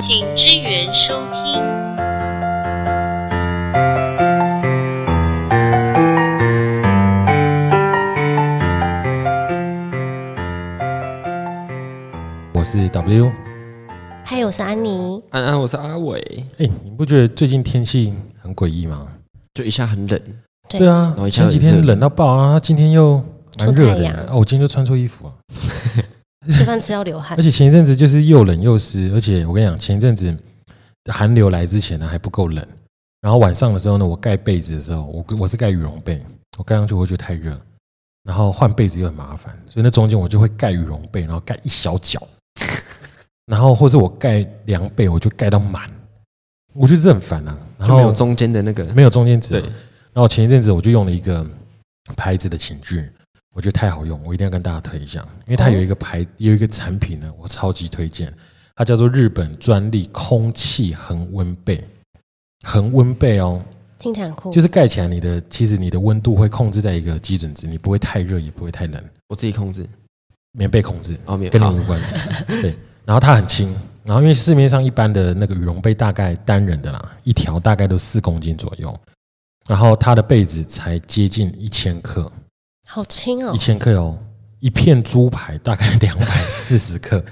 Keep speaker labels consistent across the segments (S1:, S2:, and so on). S1: 请支援收听。
S2: 我是 W。
S3: 还有啥你？
S4: 安安，我是阿伟，
S2: 哎、你不觉得最近天气很诡异吗？
S4: 就一下很冷，
S3: 对
S2: 对啊
S4: 然后，一下
S2: 前几天冷到爆啊，今天又蛮热
S3: 出太
S2: 的
S3: 阳
S2: 啊，我今天就穿错衣服啊。
S3: 吃饭吃到流汗
S2: 而，且前一阵子就是又冷又湿，而且我跟你讲，前一阵子寒流来之前呢还不够冷，然后晚上的时候呢，我盖被子的时候，我我是盖羽绒被，我盖上去我会觉得太热，然后换被子又很麻烦，所以那中间我就会盖羽绒被，然后盖一 小角，然后或是我盖凉被，我就盖到满，我觉得这很烦啊。然
S4: 就没
S2: 后
S4: 有中间的那个。
S2: 没有中间值嘛。
S4: 对
S2: 然后前一阵子我就用了一个牌子的寝具，我觉得太好用，我一定要跟大家推一下，因为它
S3: 哦
S2: 有一个牌、有一个产品呢，我超级推荐，它叫做日本专利空气恒温被。恒温被哦，
S3: 听起来很酷。
S2: 就是盖起来，你的其实你的温度会控制在一个基准值，你不会太热，也不会太冷，
S4: 我自己控制，
S2: 棉被控制。
S4: 哦，没有，
S2: 跟你
S4: 好
S2: 无关。对，然后它很轻，然后因为市面上一般的那个羽绒被大概单人的啦，一条大概都四公斤左右，然后它的被子才接近一千克，
S3: 好轻哦
S2: 一，千克哦，一片猪排大概两百四十克，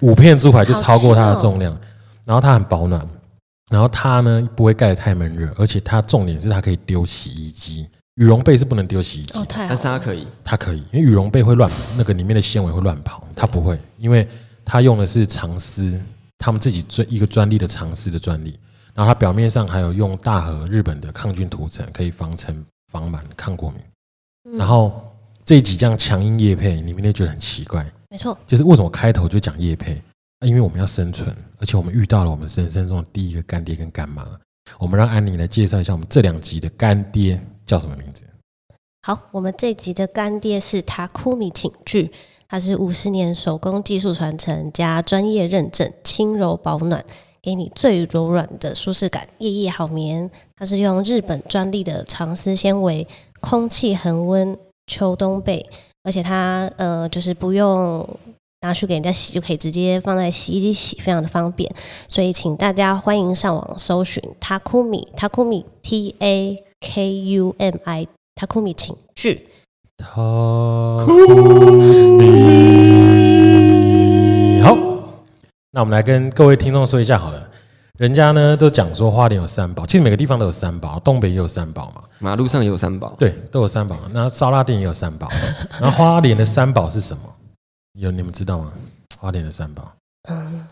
S2: 五片猪排就超过它的重量，然后它很保暖，然后它呢不会盖得太闷热，而且它重点是它可以丢洗衣机。羽绒被是不能丢洗衣机
S3: 哦，太好
S4: 但是它
S3: 了，
S4: 可以，
S2: 它可以，因为羽绒被会乱，那个里面的纤维会乱跑，它不会，因为它用的是长丝，他们自己专一个专利的长丝的专利，然后它表面上还有用大和日本的抗菌涂层，可以防尘、防螨、抗过敏。
S3: 嗯
S2: 然后这几样强音叶配，你们也觉得很奇怪，
S3: 没错，
S2: 就是为什么开头就讲叶配、啊因为我们要生存，而且我们遇到了我们人生中的第一个干爹跟干妈。我们让安妮来介绍一下我们这两集的干爹叫什么名字？
S3: 好，我们这集的干爹是塔库米寝具，它是五十年手工技术传承加专业认证，轻柔保暖，给你最柔软的舒适感，夜夜好眠。它是用日本专利的长丝纤维，空气恒温，秋冬被，而且它呃就是不用。拿去给人家洗就可以直接放在洗衣机洗，非常的方便。所以请大家欢迎上网搜寻 Takumi Takumi T A K U M I 塔库米请剧，
S2: 他好，那我们来跟各位听众说一下好了。人家呢都讲说花莲有三宝，其实每个地方都有三宝，东北也有三宝嘛，
S4: 马路上也有三宝，
S2: 对，都有三宝。那烧腊店也有三宝，然后花莲的三宝是什么？有你们知道吗？花莲的三宝，
S3: 嗯，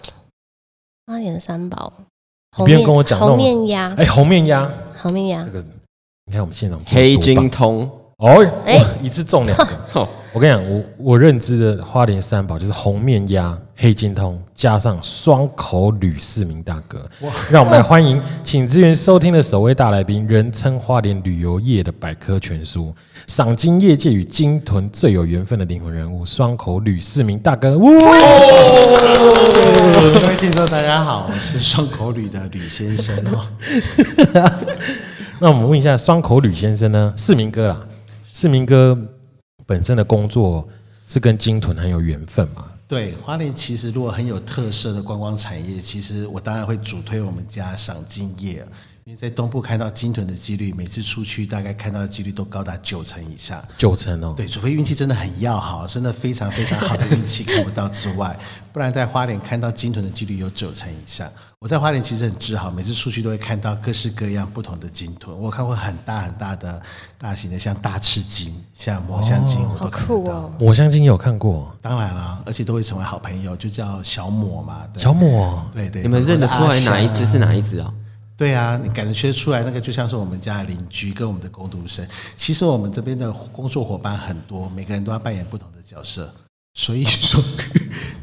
S3: 花莲三宝，
S2: 你
S3: 红
S2: 不用
S3: 面
S2: 跟我讲那种
S3: 红面鸭，
S2: 哎，红面鸭，
S3: 红面鸭
S2: 这，个你看我们现场做得
S4: 黑
S2: 多
S4: 金
S2: 棒
S4: 通，
S2: 哦，
S3: 哎
S2: 哇一次中两个。
S4: 哦，
S2: 我跟你讲，我我认知的花莲三宝就是红面鸭、黑金通，加上双口吕世明大哥。让我们来欢迎，请支援收听的首位大来宾，人称花莲旅游业的百科全书，赏金业界与金屯最有缘分的灵魂人物——双口吕世明大哥。呜
S5: 各位听众，大家好，我是双口吕的吕先生哦。
S2: 那我们问一下双口吕先生呢？世明哥啦，世明哥本身的工作是跟金屯很有缘分嘛？
S5: 对，花莲其实如果很有特色的观光产业，其实我当然会主推我们家赏金业，因为在东部看到金豚的几率，每次出去大概看到的几率都高达九成以上。
S2: 九成哦，
S5: 对，除非运气真的很要好，真的非常非常好的运气看不到之外，不然在花莲看到金豚的几率有九成以上。我在花莲其实很自豪，每次出去都会看到各式各样不同的金豚。我有看过很大很大的、大型的，像大赤金、像抹香鲸，我
S3: 好
S5: 都看得
S3: 酷
S5: 到。
S3: 哦！
S2: 我相信你有看过
S5: 当然啦，而且都会成为好朋友，就叫小抹嘛。对
S2: 小莫、哦。
S5: 对对，
S4: 你们认得出来哪一只是哪一只啊？
S5: 对啊，你感觉出来那个就像是我们家的邻居跟我们的工读生。其实我们这边的工作伙伴很多，每个人都要扮演不同的角色，所以说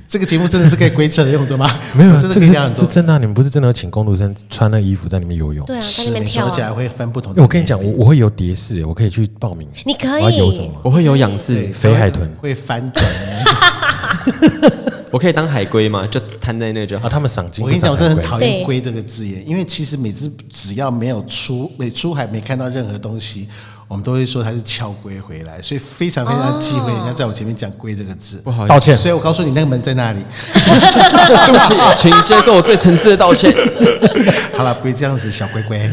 S5: 这个节目真的是可以归扯用的吗？
S2: 没有，
S5: 我
S2: 这
S5: 真的
S2: 个
S5: 可以
S2: 是
S5: 讲很
S2: 这
S5: 多。
S2: 真的啊、你们不是真的有请工读生穿那个衣服在里面游泳？
S3: 对啊，在
S5: 是
S3: 那边
S5: 你
S3: 跳
S5: 说起来
S3: 啊，
S5: 会分不同
S2: 欸
S5: 的。
S2: 我跟你讲，我我会游蝶式，我可以去报名。
S3: 你可
S2: 我要游什
S3: 以
S2: 么？
S4: 我会有仰视
S5: 对，
S2: 肥海豚
S5: 会翻 转啊。
S4: 我可以当海龟吗？就瘫在那就好
S2: 啊，。他们赏金。
S5: 我跟你讲，我真的很讨
S3: 对
S5: 厌“龟”这个字眼，因为其实每次只要没有出没出海没看到任何东西，我们都会说他是翘龟回来，所以非常非常忌讳人
S2: 哦
S5: 家在我前面讲“龟”这个字。
S4: 不好意
S2: 道
S4: 思，
S2: 歉
S5: 所以我告诉你，那个门在那里。
S4: 对不起，请接受我最诚挚的道歉。
S5: 好了，不会这样子，小龟龟。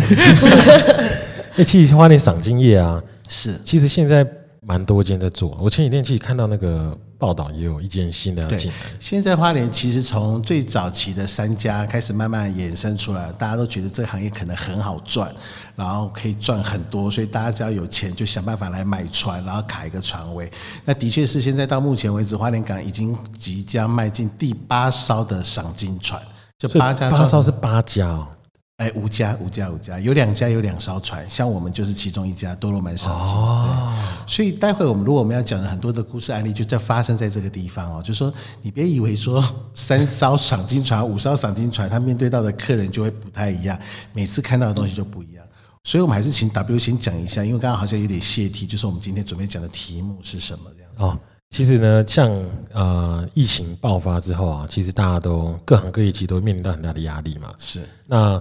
S2: 那哎其实花莲赏金业啊，
S5: 是
S2: 其实现在蛮多间在做。啊我前几天其实看到那个报道，也有一间新的要
S5: 对
S2: 进来，，
S5: 现在花莲其实从最早期的三家开始慢慢衍生出来，大家都觉得这个行业可能很好赚，然后可以赚很多，所以大家只要有钱就想办法来买船，然后卡一个船位。那的确是现在到目前为止，花莲港已经即将迈进第八艘的赏金船，就
S2: 所以
S5: 八家
S2: 八艘
S5: 船
S2: 是八家哦。
S5: 哎，五家，五家，五家，有两家有两艘船，像我们就是其中一家，多罗门赏金。对，所以待会我们如果我们要讲的很多的故事案例，就在发生在这个地方哦。就说你别以为说 三艘赏金船、五艘赏金船，他面对到的客人就会不太一样，每次看到的东西就不一样。所以我们还是请 W 先讲一下，因为刚刚好像有点泄题，就是我们今天准备讲的题目是什么这样。
S2: 哦，其实呢，像呃疫情爆发之后啊，其实大家都各行各业其实都面临到很大的压力嘛。
S5: 是
S2: 那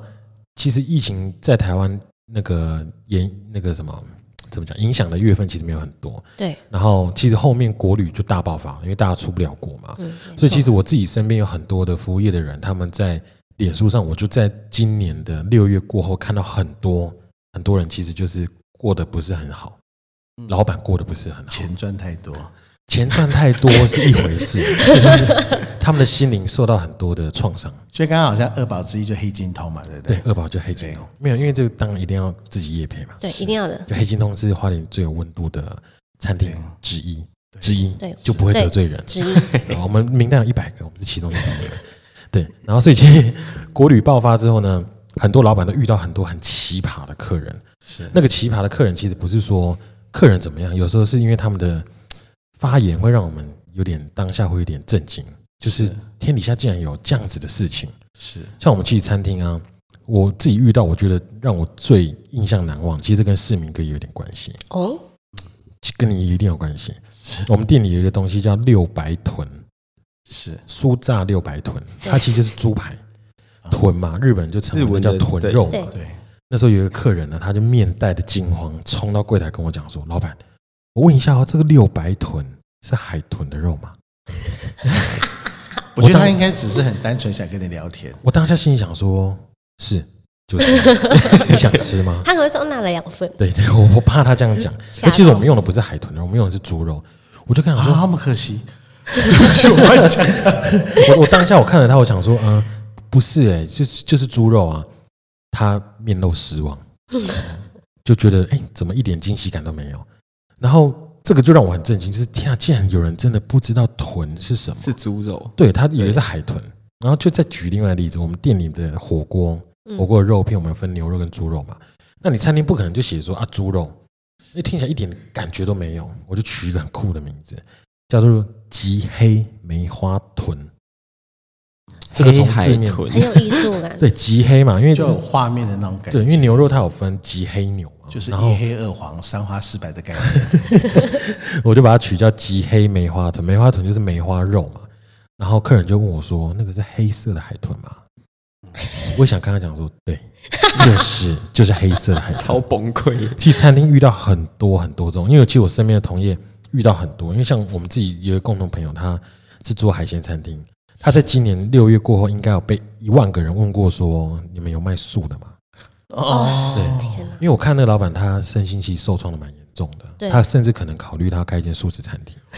S2: 其实疫情在台湾那个延那个什么怎么讲，影响的月份其实没有很多。
S3: 对，
S2: 然后其实后面国旅就大爆发，因为大家出不了国嘛。
S3: 嗯，
S2: 所以其实我自己身边有很多的服务业的人，他们在脸书上，我就在今年的六月过后看到很多很多人其实就是过得不是很好，老板过得不是很好，
S5: 钱赚太多，
S2: 钱赚太多是一回事，就是他们的心灵受到很多的创伤。
S5: 所以刚刚好像二宝之一就黑金通嘛，对不对？
S2: 对，二宝就黑金通，没有，因为这个当然一定要自己业配嘛。
S3: 对，一定要的。
S2: 就黑金通是花莲最有温度的餐厅之一，之一
S3: 对
S2: 就不会
S3: 对
S2: 得罪人。
S3: 之 一，
S2: 然后我们名单有一百个，我们是其中 的一个。对，然后所以其实国旅爆发之后呢，很多老板都遇到很多很奇葩的客人。
S5: 是
S2: 那个奇葩的客人，其实不是说客人怎么样，有时候是因为他们的发言会让我们有点当下会有点震惊，就是
S5: 是
S2: 天底下竟然有这样子的事情。
S5: 是
S2: 像我们去餐厅啊，我自己遇到，我觉得让我最印象难忘，其实这跟市民哥也有点关系，
S3: 哦，
S2: 跟你一定有关系。我们店里有一个东西叫六白豚。
S5: 是
S2: 酥炸六百豚，它其实就是猪排豚嘛，日本人就称
S4: 啊日
S2: 为
S4: 文
S2: 叫
S4: 的
S2: 豚
S4: 对
S2: 肉
S3: 对
S2: 嘛。
S5: 对。
S2: 那时候有一个客人呢，他就面带着惊慌冲到柜台跟我讲说：“老板，我问一下哦，这个六百豚是海豚的肉吗
S5: 我
S2: 我
S5: 觉得
S2: 当
S5: 他应该只是很单纯想跟你聊天，？”
S2: 我当下心里想说：“是，就是， 你想吃吗
S3: 他可能会说那了两份？”，
S2: 对，对我我怕他这 样讲。
S3: 吓
S2: 那其实
S3: 到
S2: 我们用的不是海豚肉，我们用的是猪肉。我就跟他
S5: 啊，
S2: 讲说
S5: 那么可惜，对不起，我乱讲。
S2: 我我当下我看了他，我想说，嗯、不是哎、就是就是猪肉啊。他面露失 望，就觉得哎、怎么一点惊喜感都没有？然后这个就让我很震惊，就是天啊，竟然有人真的不知道豚是什么，
S4: 是猪肉，
S2: 对他以为是海豚。然后就再举另外的例子，我们店里的火锅，火锅的肉片我们分牛肉跟猪肉嘛，那你餐厅不可能就写说啊猪肉，那听起来一点感觉都没有。我就取一个很酷的名字，叫做极黑梅花豚。这个从字
S4: 黑海
S2: 面
S4: 豚
S3: 很有艺术感。
S2: 对极黑嘛，因为
S5: 就有画面的那种感
S2: 对，
S5: 觉，
S2: 因为牛肉它有分极黑牛嘛，
S5: 就是
S2: 然后
S5: 一黑二黄三花四白的概念。
S2: 我就把它取叫极黑梅花豚，梅花豚就是梅花肉嘛。然后客人就问我说：“那个是黑色的海豚吗？”我也想跟他讲说：“对，就是就是黑色的海豚。”
S4: 超崩溃。
S2: 其实餐厅遇到很多很多这种，因为其实我身边的同业遇到很多，因为像我们自己有一个共同朋友，他是做海鲜餐厅，他在今年六月过后，应该有被一万个人问过说：“你们有卖素的吗？”
S5: 哦，
S3: 天哪，
S2: 因为我看那个老板他身心其实受创的蛮严重
S3: 对
S2: 的，他甚至可能考虑他要开一间素食餐厅。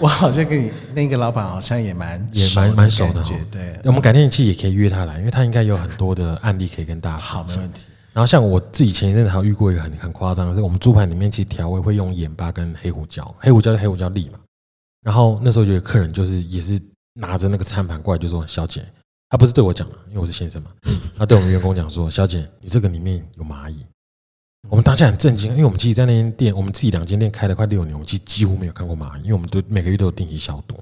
S5: 我好像跟你那个老板好像也蛮
S2: 也蛮蛮熟的哦
S5: 感
S2: 哈
S5: 觉，对，
S2: 我们改天其实也可以约他来，因为他应该有很多的案例可以跟大家
S5: 好，
S2: 分
S5: 没
S2: 享。
S5: 问题。
S2: 然后像我自己前一阵子还有遇过一个很很夸张的是，我们猪排里面其实调味会用盐巴跟黑胡椒，黑胡椒就黑胡椒粒嘛。然后那时候有个客人就是也是拿着那个餐盘过来就说：“小姐，他不是对我讲的，因为我是先生嘛，他对我们员工讲说：‘小姐，你这个里面有蚂蚁。’我们当下很震惊，因为我们自己在那间店，我们自己两间店开了快六年，我们其实几乎没有看过蚂蚁，因为我们都每个月都有定期消毒。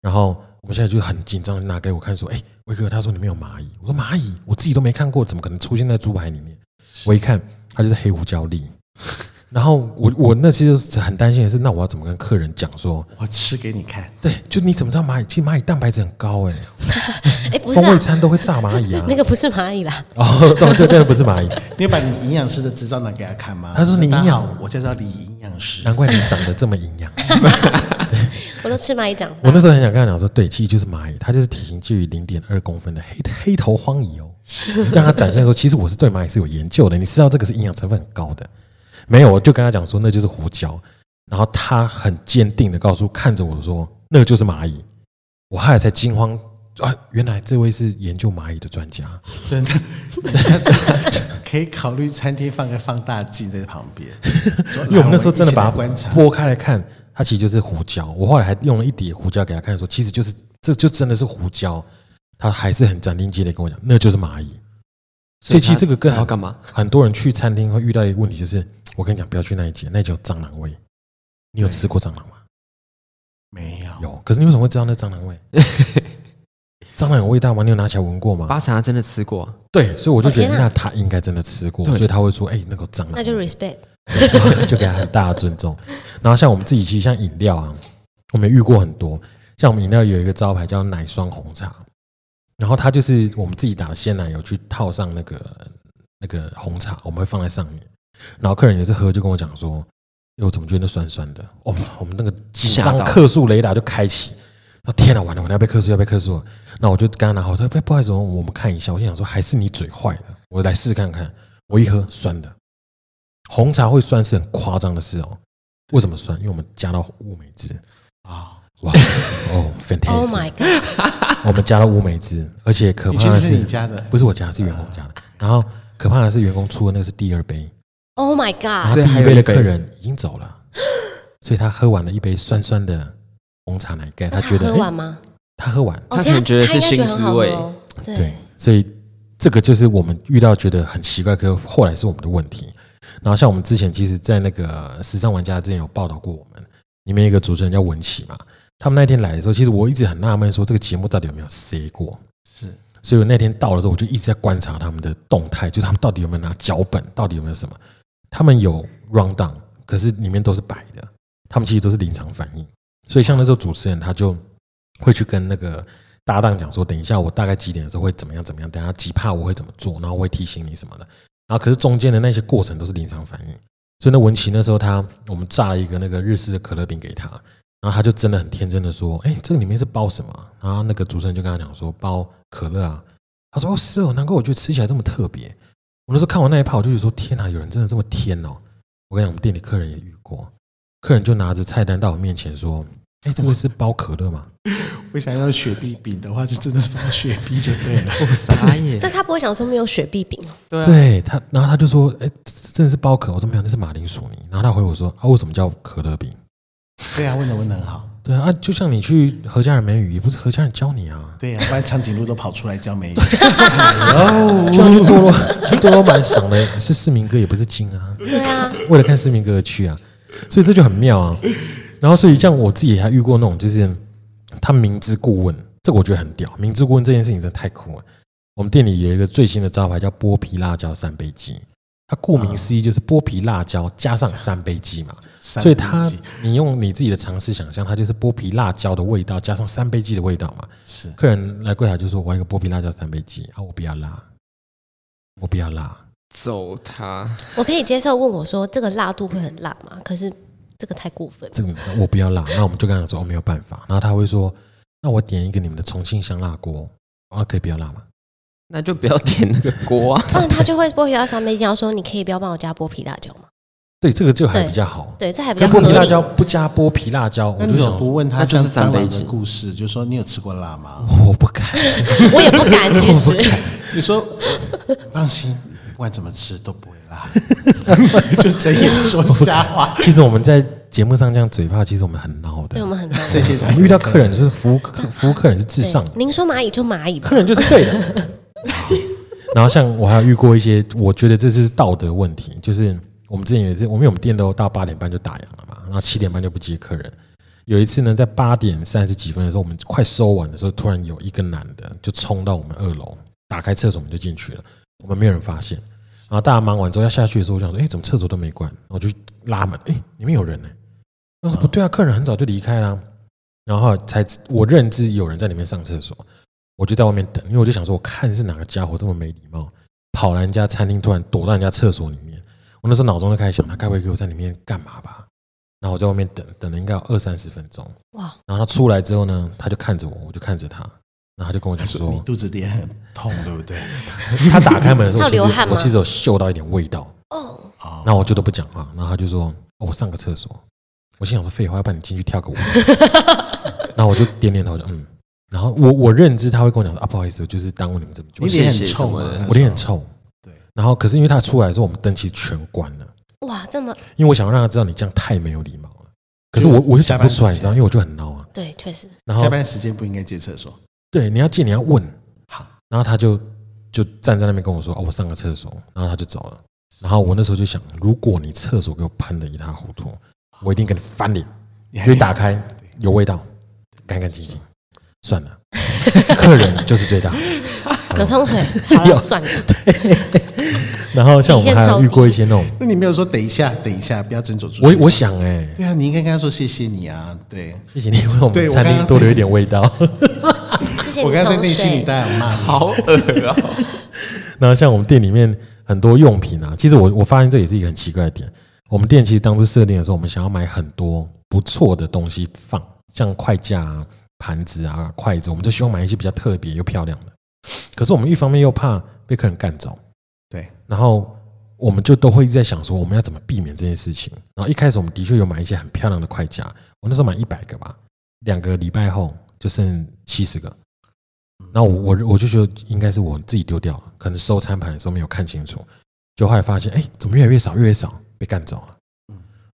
S2: 然后我们现在就很紧张，拿给我看说：‘哎，威哥，他说里面有蚂蚁。’我说：‘蚂蚁，我自己都没看过，怎么可能出现在猪排里面？’我一看，它就是黑胡椒粒。 然后我我那时就是很担心的是，那我要怎么跟客人讲说？
S5: 我吃给你看。
S2: 对，就你怎么知道蚂蚁？其实蚂蚁蛋白质很高哎、
S3: 哎、不是
S2: 风
S3: 啊。
S2: 味，餐都会炸蚂蚁啊
S3: 那个不是蚂蚁啦，
S2: 哦，对对对，不是蚂蚁，
S5: 你有把你营养师的执照拿给他看吗？
S2: 他说你营养
S5: 大家好我叫做李营养师。
S2: 难怪你长得这么营养。
S3: 我都吃蚂蚁长
S2: 我
S3: 大。
S2: 那时候很想跟他讲说，对，其实就是蚂蚁，它就是体型介于零点二公分的黑黑头荒蚁哦，让他展现说，其实我是对蚂蚁是有研究的，你知道这个是营养成分很高的，没有，我就跟他讲说那就是胡椒，然后他很坚定的告诉看着我说那就是蚂蚁，我后来才惊慌啊，原来这位是研究蚂蚁的专家，
S5: 真的，下次 可以考虑餐厅放个放大镜在旁 边，
S2: 因为我们那时候真的把
S5: 来我们一起来
S2: 它
S5: 观
S2: 剥
S5: 察。
S2: 开来看，它其实就是胡椒。我后来还用了一碟胡椒给他看，说其实就是这就真的是胡椒。他还是很斩钉截铁地跟我讲，那就是蚂蚁。所以其实这个更
S4: 要
S2: 好。
S4: 干嘛？
S2: 很多人去餐厅会遇到一个问题，就是我跟你讲，不要去那一间，那一间有蟑螂味。你有吃过蟑螂吗？
S5: 没有，
S2: 有，可是你为什么会知道那蟑 螂味？蟑螂有味道吗？你有拿起来闻过吗？
S4: 八茶真的吃过啊，
S2: 对，所以我就
S3: 哦
S2: 觉得
S3: 天啊
S2: 那他应该真的吃过，
S4: 对
S2: 所以他会说：“哎，那个蟑螂。”
S3: 那就 respect，
S2: 就给他很大的尊重。然后像我们自己，其实像饮料啊，我们也遇过很多，像我们饮料有一个招牌叫奶霜红茶，然后它就是我们自己打的鲜奶油去套上那个那个红茶，我们会放在上面。然后客人有一次喝就跟我讲说：“哎，我怎么觉得那酸酸的？”哦，我们那个紧
S4: 吓
S2: 张
S4: 到
S2: 克数雷达就开启。哦天哪，完了完了，要被克数，要被克数了。那我就跟他拿好，我说：“哎不不好意思，我我们看一下。”我心想说：“还是你嘴坏了，我来试试看看。”我一喝酸的，红茶会酸是很夸张的事哦。为什么酸？因为我们加到乌梅汁
S5: 啊
S2: 啊，哇哦
S3: Oh my
S2: ，fantastic！
S3: god！
S2: 我们加到乌梅汁，而且可
S5: 你
S2: 怕
S5: 确
S2: 的
S5: 定是
S2: 是
S5: 你，家的？
S2: 不是我加的，是员工加的。然后可怕的是，员工出的那个是第二杯，
S3: Oh my
S2: 然
S3: god！
S2: 后
S4: 啊所以
S2: 第
S4: 还
S2: 一
S4: 有
S2: 杯的
S4: 一杯
S2: 客人已经走 了，所以他喝完了一杯酸酸的红茶奶盖，
S3: 那
S2: 他觉得
S3: 哦喝完
S2: 诶
S3: 吗？
S2: 他喝完，
S3: 哦
S4: 他
S3: 等下
S4: 可能觉得是
S3: 他应该
S4: 新
S3: 觉得很
S4: 滋
S3: 好喝
S4: 味
S3: 哦。
S2: 对，所以这个就是我们遇到觉得很奇怪，可后来是我们的问题。然后像我们之前，其实，在那个时尚玩家之前有报道过我们，里面一个主持人叫文琪嘛，他们那天来的时候，其实我一直很纳闷，说这个节目到底有没有 C 过？
S5: 是
S2: 所以我那天到了之后，我就一直在观察他们的动态，就是他们到底有没有拿脚本，到底有没有什么？他们有 round down，可是里面都是白的，他们其实都是临场反应。所以像那时候主持人他就会去跟那个搭档讲说，等一下我大概几点的时候会怎么样怎么样，等一下几怕我会怎么做，然后会提醒你什么的。然后可是中间的那些过程都是临场反应。所以那文琪那时候他我们炸了一个那个日式的可乐饼给他，然后他就真的很天真的说：“哎、这个里面是包什么啊？”然后那个主持人就跟他讲说：“包可乐啊。”他说：“哦，是哦，难怪我觉得吃起来这么特别。”我那时候看完那一趴，我就觉得说：“天哪，有人真的这么天哦！”我跟你讲，我们店里客人也遇过，客人就拿着菜单到我面前说：“哎、这个是包可乐吗？”
S5: 我想要雪碧饼的话，就真的是放雪碧就对了。
S4: 傻 眼
S3: 但他不会想说没有雪碧饼哦，
S4: 对啊，
S2: 对他，然后他就说：“哎、这真的是包可。”我说：“没有，那是马铃薯泥。”然后他回我说：“啊，为什么叫可乐饼
S5: 对啊，问的问的很好。？”
S2: 对啊，啊就像你去何家人美语，也不是何家人教你啊，
S5: 对呀、不然长颈鹿都跑出来教美语。
S4: 啊
S2: 就像去多罗 去多罗满赏的是市民歌，也不是经啊。
S3: 对啊，
S2: 为了看市民歌而去啊，所以这就很妙啊。然后，所以像我自己还遇过那种，就是他明知故问，这个我觉得很屌。明知故问这件事情真的太酷了。我们店里有一个最新的招牌叫剥皮辣椒三杯鸡，它顾名思义就是剥皮辣椒加上三杯鸡嘛。所以它
S5: 三杯鸡
S2: 你用你自己的常识想象，它就是剥皮辣椒的味道加上三杯鸡的味道嘛。
S5: 是
S2: 客人来柜台就说：“我要一个剥皮辣椒三杯鸡啊，我不要辣，我不要辣。”
S4: 走他，
S3: 我可以接受问我说这个辣度会很辣吗？可是这个太过分了。
S2: 这个我不要辣，那我们就跟他讲说哦没有办法，然后他会说，那我点一个你们的重庆香辣锅，啊可以不要辣吗？
S4: 那就不要点那个锅啊。
S3: 不然他就会剥皮辣三杯鸡，然后说你可以不要帮我加剥皮辣椒吗？
S2: 对，这个就还
S3: 对
S2: 比较好。
S3: 对，这还比
S2: 跟
S3: 较合
S2: 剥皮辣
S3: 理。
S2: 椒不加剥皮辣椒，我
S5: 那
S2: 就
S5: 你怎
S2: 想
S5: 么不
S2: 说
S5: 问他
S4: 那就是
S5: 像蟑
S4: 三杯
S5: 螂
S4: 鸡
S5: 的故事？就说你有吃过辣吗？
S2: 我不敢，
S3: 我也不敢，其实
S5: 你说放心，不管怎么吃都不会 辣，就睁眼说瞎话。
S2: 其实我们在节目上这样嘴炮，其实我们很孬
S3: 对我
S2: 的。
S3: 们很难。
S5: 在现场
S2: 我们遇到客人就是服务客服务客人是至
S3: 对
S2: 上的，
S3: 您说蚂蚁就蚂蚁吧
S2: 客，人就是对的。然后像我还有遇过一些，我觉得这是道德问题，就是我们之前也是，我们因为我们店都到八点半就打烊了嘛，然后七点半就不接客人。有一次呢，在八点三十几分的时候，我们快收完的时候，突然有一个男的就冲到我们二楼，打开厕所门就进去了，我们没有人发现。然后大家忙完之后要下去的时候，我想说，哎，怎么厕所都没关？然后我就拉门，哎，里面有人呢、我说不对啊，客人很早就离开啦。然后才知我认知有人在里面上厕所，我就在外面等，因为我就想说，我看是哪个家伙这么没礼貌，跑来人家餐厅，突然躲到人家厕所里面。我那时候脑中就开始想，他该不会给我在里面干嘛吧？然后我在外面等，等了应该有二三十分钟。
S3: 哇，
S2: 然后他出来之后呢，他就看着我，我就看着他，然后他就跟我讲
S5: 说你
S2: 说，
S5: 肚子里很痛，对不对？
S2: 他打开 门的时候，
S3: 他有
S2: 其实
S3: 流汗吗
S2: 我其实有嗅到一点味道，
S3: 哦，
S5: 哦，
S2: 然后我就都不讲话，然后他就说、哦我上个厕所。我心想说废话，要不然你进去 跳个舞。然后我就点点头，就嗯。然后我我认知他会跟我讲说啊，不好意思，我就是耽误你们这么久
S5: 你。脸
S4: 谢
S5: 很
S4: 谢
S5: 臭
S4: 什
S5: 吗
S4: 么的？
S5: 那
S2: 我脸很
S5: 时候，
S2: 臭，
S5: 对。
S2: 然后可是因为他出来的时候，我们灯其实全关了，
S3: 哇，这么
S2: 因为我想要让他知道你这样太没有礼貌了。可是我我就讲不出来，你知道，因为我就很孬啊。
S3: 对，确实
S2: 然
S5: 下
S2: 后
S5: 班时间不应该借厕所，
S2: 对，你要进，你要问。
S5: 好，
S2: 然后他就就站在那边跟我说：“哦，我上个厕所。”然后他就走了。然后我那时候就想，如果你厕所给我喷的一塌糊涂，我一定给你翻脸。
S5: 你还
S2: 所以打开有味道，干干净净，算了，客人就是最 大。
S3: 有冲水，好了，算了，
S2: 然后像我们还有遇过一些那种，
S5: 那你没有说等一下，等一下，不要真走出去。
S2: 我我想哎、
S5: 对啊，你应该跟他说谢谢你啊。对，
S2: 谢谢你为我
S5: 对
S2: 们
S5: 我
S2: 餐
S5: 刚
S2: 厅
S5: 刚
S2: 多
S5: 在
S2: 留一点味道。
S3: 谢谢
S5: 我
S3: 你
S5: 刚才在
S3: 冲
S5: 内心里
S3: 水。
S5: 当然骂你，
S4: 好恶啊！
S2: 那像我们店里面很多用品啊，其实我我发现这也是一个很奇怪的点。我们店其实当初设定的时候，我们想要买很多不错的东西放，像筷架啊、盘子啊、筷子，我们就希望买一些比较特别又漂亮的。可是我们一方面又怕被客人干走，
S5: 对，
S2: 然后我们就都会一直在想说，我们要怎么避免这件事情。然后一开始我们的确有买一些很漂亮的筷架，我那时候买一百个吧，两个礼拜后就剩七十个。那我我我就觉得应该是我自己丢掉了，可能收餐盘的时候没有看清楚，就后来发现，哎，怎么越来越少，越来越少，被干走了。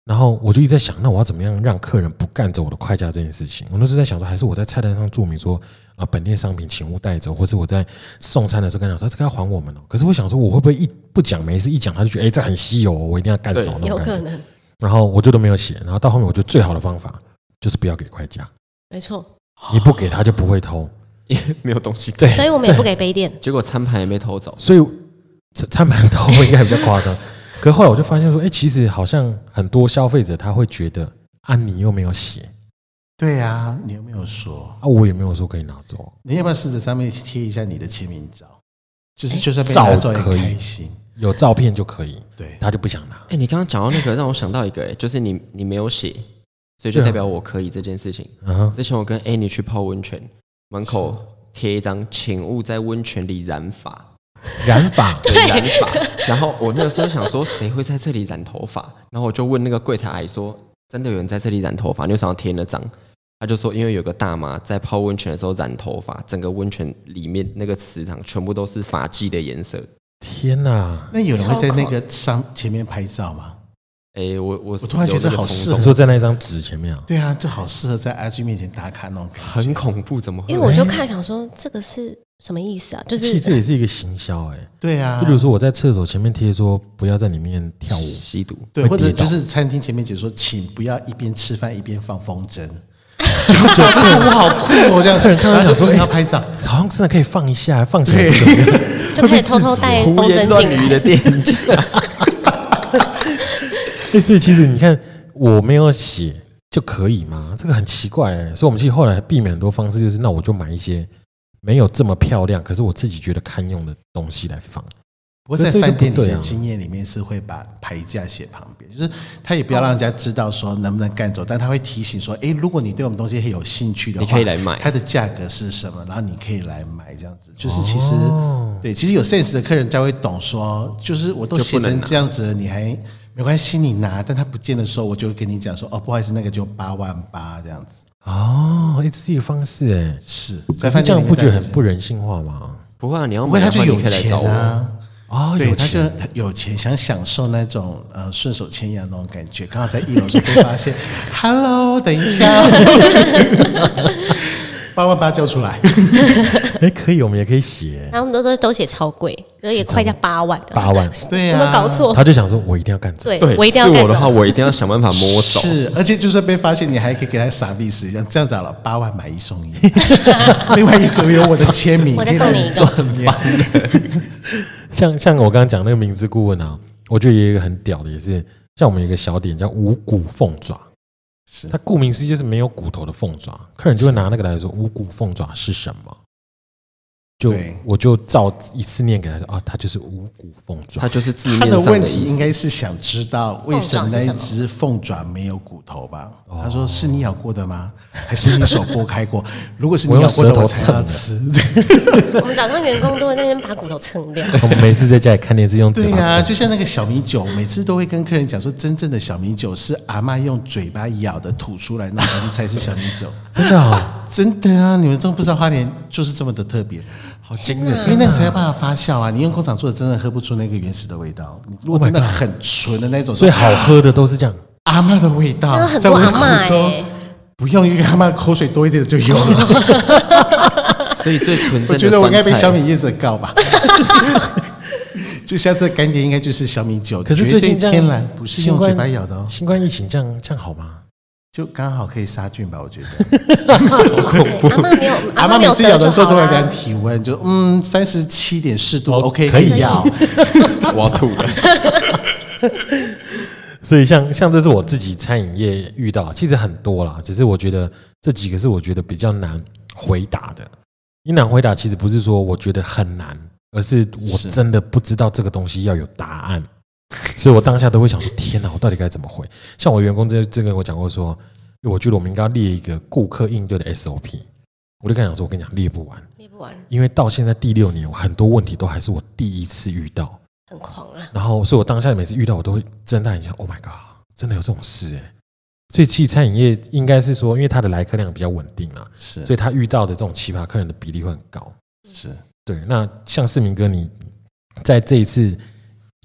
S2: 然后我就一直在想，那我要怎么样让客人不干走我的筷架这件事情？我那时候在想说，还是我在菜单上注明说，啊，本店商品请勿带走，或是我在送餐的时候跟他讲说，这个要还我们哦。可是我想说，我会不会一不讲没事，一讲他就觉得，哎，这很稀有哦，我一定要干走那
S3: 有
S2: 种感
S3: 可
S2: 觉。
S3: 能，
S2: 然后我就都没有写，然后到后面我觉得最好的方法就是不要给筷架，
S3: 没错，
S2: 你不给他就不会偷。
S4: 也 没有东西带，
S2: 对，
S3: 哦所以我们也不给杯垫，
S4: 结果餐盘也被偷走。
S2: 所以餐餐盘偷应该比较 夸张。可是后来我就发现说，哎、其实好像很多消费者他会觉得啊，你又没有写
S5: 对啊，你有没有说？
S2: 啊，我也没有说可以拿走，
S5: 你要不要试着上面贴一下你的签名照？就是就算被
S2: 照
S5: 拿走也
S2: 可以
S5: 开心。
S2: 有照片就可以，
S5: 对，
S2: 他就不想拿。
S4: 哎，你刚刚讲到那 个，让我想到一个，哎，就是你你没有写，所以就
S2: 对啊
S4: 代表我可以这件事情。
S2: 嗯哼，
S4: 之前我跟 Annie 去泡温泉，门口贴一张“请勿在温泉里染 发
S2: 染发”，
S4: 对，染发。然后我那个时候想说，谁会在这里染头发？然后我就问那个柜台阿姨说：“真的有人在这里染头发？你为什么要贴那张？”他就说：“因为有个大妈在泡温泉的时候染头发，整个温泉里面那个池塘全部都是发髻的颜色。
S2: 天哪、
S5: 那有人会在那个上前面拍照吗？”
S4: 哎，我我
S5: 我突然觉
S4: 有
S5: 得
S4: 这个
S5: 好
S4: 冲
S5: 适
S4: 动
S2: 你说在那张纸前面啊，
S5: 对啊，就好适合在 IG 面前打卡那种感觉。
S4: 很恐怖，怎么会
S3: 因为？我就看想说这个是什么意思啊？就
S2: 其实
S3: 是嗯
S2: 这也是一个行销哎、
S5: 对啊，
S2: 就比如说我在厕所前面贴说不要在里面跳舞，
S4: 吸毒，
S5: 对，
S2: 会
S5: 或者
S2: 跌倒
S5: 就是餐厅前面就说，请不要一边吃饭一边放风筝。就觉得哇我好酷哦，这样，
S2: 客人看到
S5: 然后
S2: 想
S5: 就
S2: 说
S5: 说你要
S2: 哎
S5: 拍照，
S2: 好像真的可以放一下，放起来是怎么样？
S3: 就开始偷偷带风
S4: 胡言
S3: 筝
S4: 乱
S3: 进
S4: 语
S3: 来，
S4: 的店家。
S2: 欸，所以其实你看，我没有写就可以吗？这个很奇怪、欸。所以我们其实后来避免很多方式，就是那我就买一些没有这么漂亮，可是我自己觉得堪用的东西来放。
S5: 不过在
S2: 这个
S5: 饭店里
S2: 不对
S5: 的
S2: 啊
S5: 经验里面是会把牌价写旁边，就是他也不要让人家知道说能不能干走，但他会提醒说，诶，如果你对我们东西很有兴趣的话，
S4: 你可以来买
S5: 它的价格是什么，然后你可以来买这样子。就是其实、
S2: 哦
S5: 对，其实有 sense 的客人才会懂说，就是我都
S4: 就不
S5: 写
S4: 能
S5: 成
S4: 拿
S5: 这样子了，你还没关系，你拿，但他不见的时候，我就会跟你讲说，哦，不好意思，那个就八万八这样子。
S2: 哦，欸、这是一个方式哎、欸。
S5: 是，
S2: 可
S5: 在
S2: 是
S5: 饭
S2: 这
S5: 店
S2: 样
S5: 里面
S2: 不觉得
S5: 大概
S2: 很
S5: 是
S2: 不人性化吗？
S4: 不会啊，你要
S5: 不过
S4: 买
S5: 他
S4: 的话，
S5: 就
S4: 你
S5: 有
S4: 可以来
S5: 钱
S4: 找我。
S5: 啊。
S2: 哦，
S5: 对，
S2: 有
S5: 他就
S2: 钱
S5: 有钱，想享受那种呃顺手牵羊那种感觉。刚好在一楼就被 发现，Hello，等一下，八万八叫出来，
S2: 哎、可以，我们也可以写
S3: 然后都都都写超贵，然后也快要八万的，
S2: 八万。
S5: 对
S3: 有
S5: 啊，
S3: 没有搞错？
S2: 他就想说，我一定要干这个。
S3: 对，我一定要
S4: 是
S3: 干
S4: 我的
S3: 走
S4: 话，我一定要想办法摸啊走。
S5: 是，而且就算被发现，你还可以给他傻逼死一样，这样子好了，八万买一送 一，另外一个有我的签名，
S3: 我再送你一个
S5: 可以让做纪念
S2: 像像我刚刚讲那个明知故问啊，我觉得也有一个很屌的，也是像我们有一个小点叫五谷凤爪，
S5: 是
S2: 它顾名思义就是没有骨头的凤爪，客人就会拿那个来说五谷凤爪是什么？就
S5: 对
S2: 我就照一次念给他说啊，它就是五谷凤爪
S4: 它。就是字
S5: 他
S4: 面
S5: 的
S4: 上
S5: 问
S4: 的
S5: 题
S4: 意
S5: 应
S4: 思。
S5: 该是想知道为什么那一只凤爪没有骨头吧？
S2: 哦
S5: 他说是你咬过的吗？还是你手剥开过？如果是你咬过的，
S2: 我用舌头
S5: 我才要
S2: 蹭的
S5: 吃。
S3: 我们早上员工都会在那边把骨头蹭掉。
S2: 我们每次在家里看电视用嘴
S5: 对啊
S2: 巴
S5: 呀、
S2: 吃，
S5: 就像那个小米酒，每次都会跟客人讲说，真正的小米酒是阿妈用嘴巴咬的吐出来那种东西才是小米 酒。
S2: 真的啊，
S5: 真的啊，你们真不知道花莲就是这么的特别，
S4: 好惊人！
S5: 因为那你才有办法发酵啊。你用工厂做的，真的喝不出那个原始的味道。你如果真的很纯的那种，
S2: 所以好喝的都是 这样。
S5: 阿妈的味道
S3: 那，很
S5: 在
S3: 多
S5: 我的
S3: 阿
S5: 口
S3: 嬷哎、
S5: 中，不用一个阿妈口水多一点就有了。
S4: 所以最纯
S5: 我
S4: 正
S5: 觉
S4: 的
S5: 得我
S4: 酸
S5: 应该被
S4: 菜
S5: 小米叶子 告吧。就下次的干碟应该就是小米酒，
S2: 可是
S5: 绝
S2: 最
S5: 对
S2: 近这样
S5: 天然，不是
S2: 新
S5: 用
S2: 冠
S5: 嘴巴咬的哦，
S2: 新冠疫情这样这样好吗？
S5: 就刚好可以杀菌吧，我觉得。
S3: 对阿妈没有，
S2: 啊
S5: 阿
S3: 妈没
S5: 妈每
S3: 有
S5: 次咬
S3: 得
S5: 的
S3: 就
S5: 时候
S3: 好
S5: 都会
S3: 啦
S5: 量体温，就嗯三十七点四度
S2: 哦
S5: ，OK
S2: 可
S5: 可
S2: 以
S5: 以咬。
S4: 我要吐了。
S2: 所以像像这是我自己餐饮业遇到，其实很多啦，只是我觉得这几个是我觉得比较难回答的。你难回答，其实不是说我觉得很难，而是我
S5: 是
S2: 真的不知道这个东西要有答案，所以我当下都会想说：天哪，我到底该怎么回？像我员工这这跟我讲过说，我觉得我们应该要列一个顾客应对的 SOP。我就跟他讲说，我跟你讲列不完，
S3: 捏不完，
S2: 因为到现在第六年，我很多问题都还是我第一次遇到。
S3: 很狂啊！
S2: 然后，所以我当下每次遇到，我都会睁大眼睛，Oh my god，真的有这种事哎、所以，其实餐饮业应该是说，因为它的来客量比较稳定啊，
S5: 是
S2: 所以他遇到的这种奇葩客人的比例会很高。
S5: 是，
S2: 对，那像世明哥，你在这一次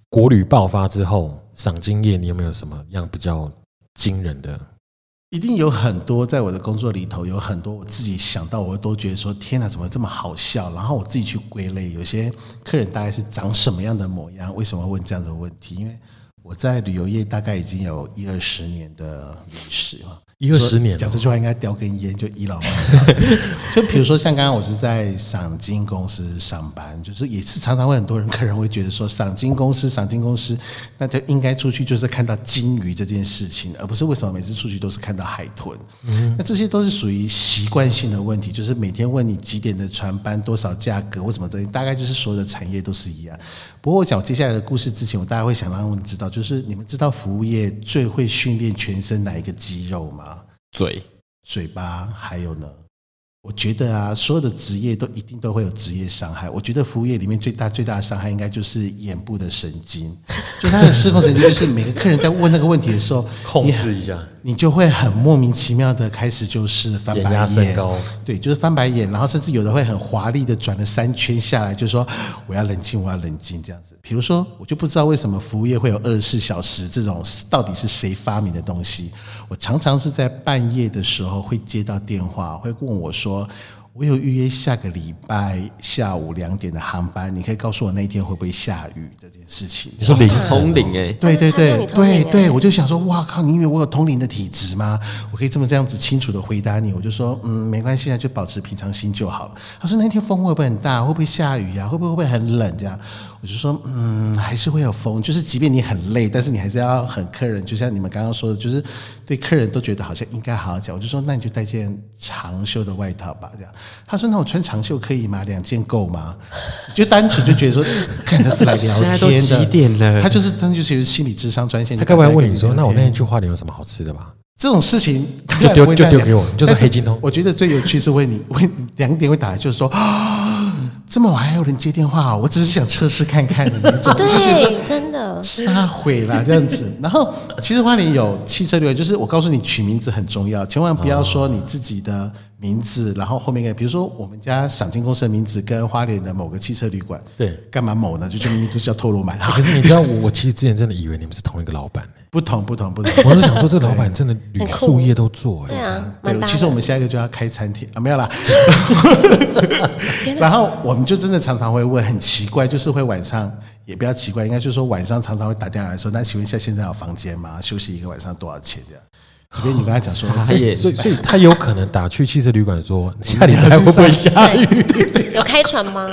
S2: 国旅爆发之后，赏金业你有没有什么样比较惊人的？
S5: 一定有很多在我的工作里头有很多我自己想到我都觉得说天哪，怎么这么好笑？然后我自己去归类，有些客人大概是长什么样的模样？为什么会问这样的问题？因为我在旅游业大概已经有一二十年的历史了。
S2: 一二十年哦
S5: 讲这句话应该叼根烟，就倚老卖 老。就比如说像刚刚我是在赏金公司上班，就是也是常常会很多人客人会觉得说赏金公司赏金公司，那就应该出去就是看到金鱼这件事情，而不是为什么每次出去都是看到海豚。
S2: 嗯
S5: 那这些都是属于习惯性的问题，就是每天问你几点的船班、多少价格、为什么这些，大概就是所有的产业都是一样。不过我讲接下来的故事之前，我大概会想让我们知道，就是你们知道服务业最会训练全身哪一个肌肉吗？
S4: 嘴
S5: 嘴巴，还有呢？我觉得啊，所有的职业都一定都会有职业伤害。我觉得服务业里面最大最大的伤害应该就是眼部的神经，就他的视控神经，就是每个客人在问那个问题的时候，
S2: 控
S5: 你
S2: 制一下，
S5: 你就会很莫名其妙的开始就是翻
S2: 眼
S5: 白
S2: 压
S5: 眼，
S2: 升高
S5: 对，就是翻白眼，然后甚至有的会很华丽的转了三圈下来，就说我要冷静，我要冷静这样子。比如说，我就不知道为什么服务业会有二十四小时这种到底是谁发明的东西。我常常是在半夜的时候会接到电话，会问我说。我有预约下个礼拜下午两点的航班，你可以告诉我那一天会不会下雨这件事情。
S2: 你说凌晨
S4: 通灵哎、
S5: 对对
S3: 他让
S5: 对
S3: 你通灵
S5: 对
S3: 欸
S5: 对，我就想说，哇靠！你以为我有通灵的体质吗？我可以这么这样子清楚的回答你，我就说，嗯，没关系啊，就保持平常心就好了。他说那天风会不会很大？会不会下雨啊？会不会会不会很冷？这样，我就说，嗯，还是会有风，就是即便你很累，但是你还是要很客人，就像你们刚刚说的，就是对客人都觉得好像应该好好讲。我就说，那你就带件长袖的外套吧，这样。他说，那我穿长袖可以吗？两件够吗？就单纯就觉得说， 看他是来聊
S4: 现在
S5: 天
S4: 都
S5: 的，
S4: 几点了
S5: 他就是真的就是心理智商专线。
S2: 他该不会
S5: 就大概
S2: 问
S5: 跟
S2: 你说，
S5: 聊
S2: 那我那
S5: 天
S2: 天去花莲有什么好吃的吧？
S5: 这种事情
S2: 就丢
S5: 当然不会
S2: 就
S5: 这样
S2: 丢
S5: 讲
S2: 给我就是
S5: 但
S2: 黑金通
S5: 我觉得最有趣是问你，问你两点会打来，就是说啊，这么晚还有人接电话啊，我只是想测试看看的那 种。
S3: 对，真的，
S5: 撒毁啦这样子。然后其实花莲有汽车旅游，就是我告诉你取名字很重要，千万不要说你自己的名字，然后后面一个比如说我们家赏金公司的名字跟花莲的某个汽车旅馆，
S2: 对
S5: 干嘛某呢？就全名都是叫透露满，
S2: 可是你知道我，我其实之前真的以为你们是同一个老板、欸，
S5: 不同不同不同。
S2: 我是想说这个老板真的旅宿业都做、欸，
S3: 对啊，
S5: 对
S3: 蛮，搭
S5: 其实我
S3: 的。
S5: 们下一个就要开餐厅啊，没有啦。 然后我们就真的常常会问，很奇怪，就是会晚上，也不要奇怪，应该就是说晚上常常会打电话来说，那请问一下现在有房间吗？休息一个晚上多少钱这样？即便你跟他讲说，
S4: 傻眼
S2: 所以，所以他有可能打去汽车旅馆
S5: 哎
S2: 说，下礼拜会不会下雨？
S3: 有开船吗？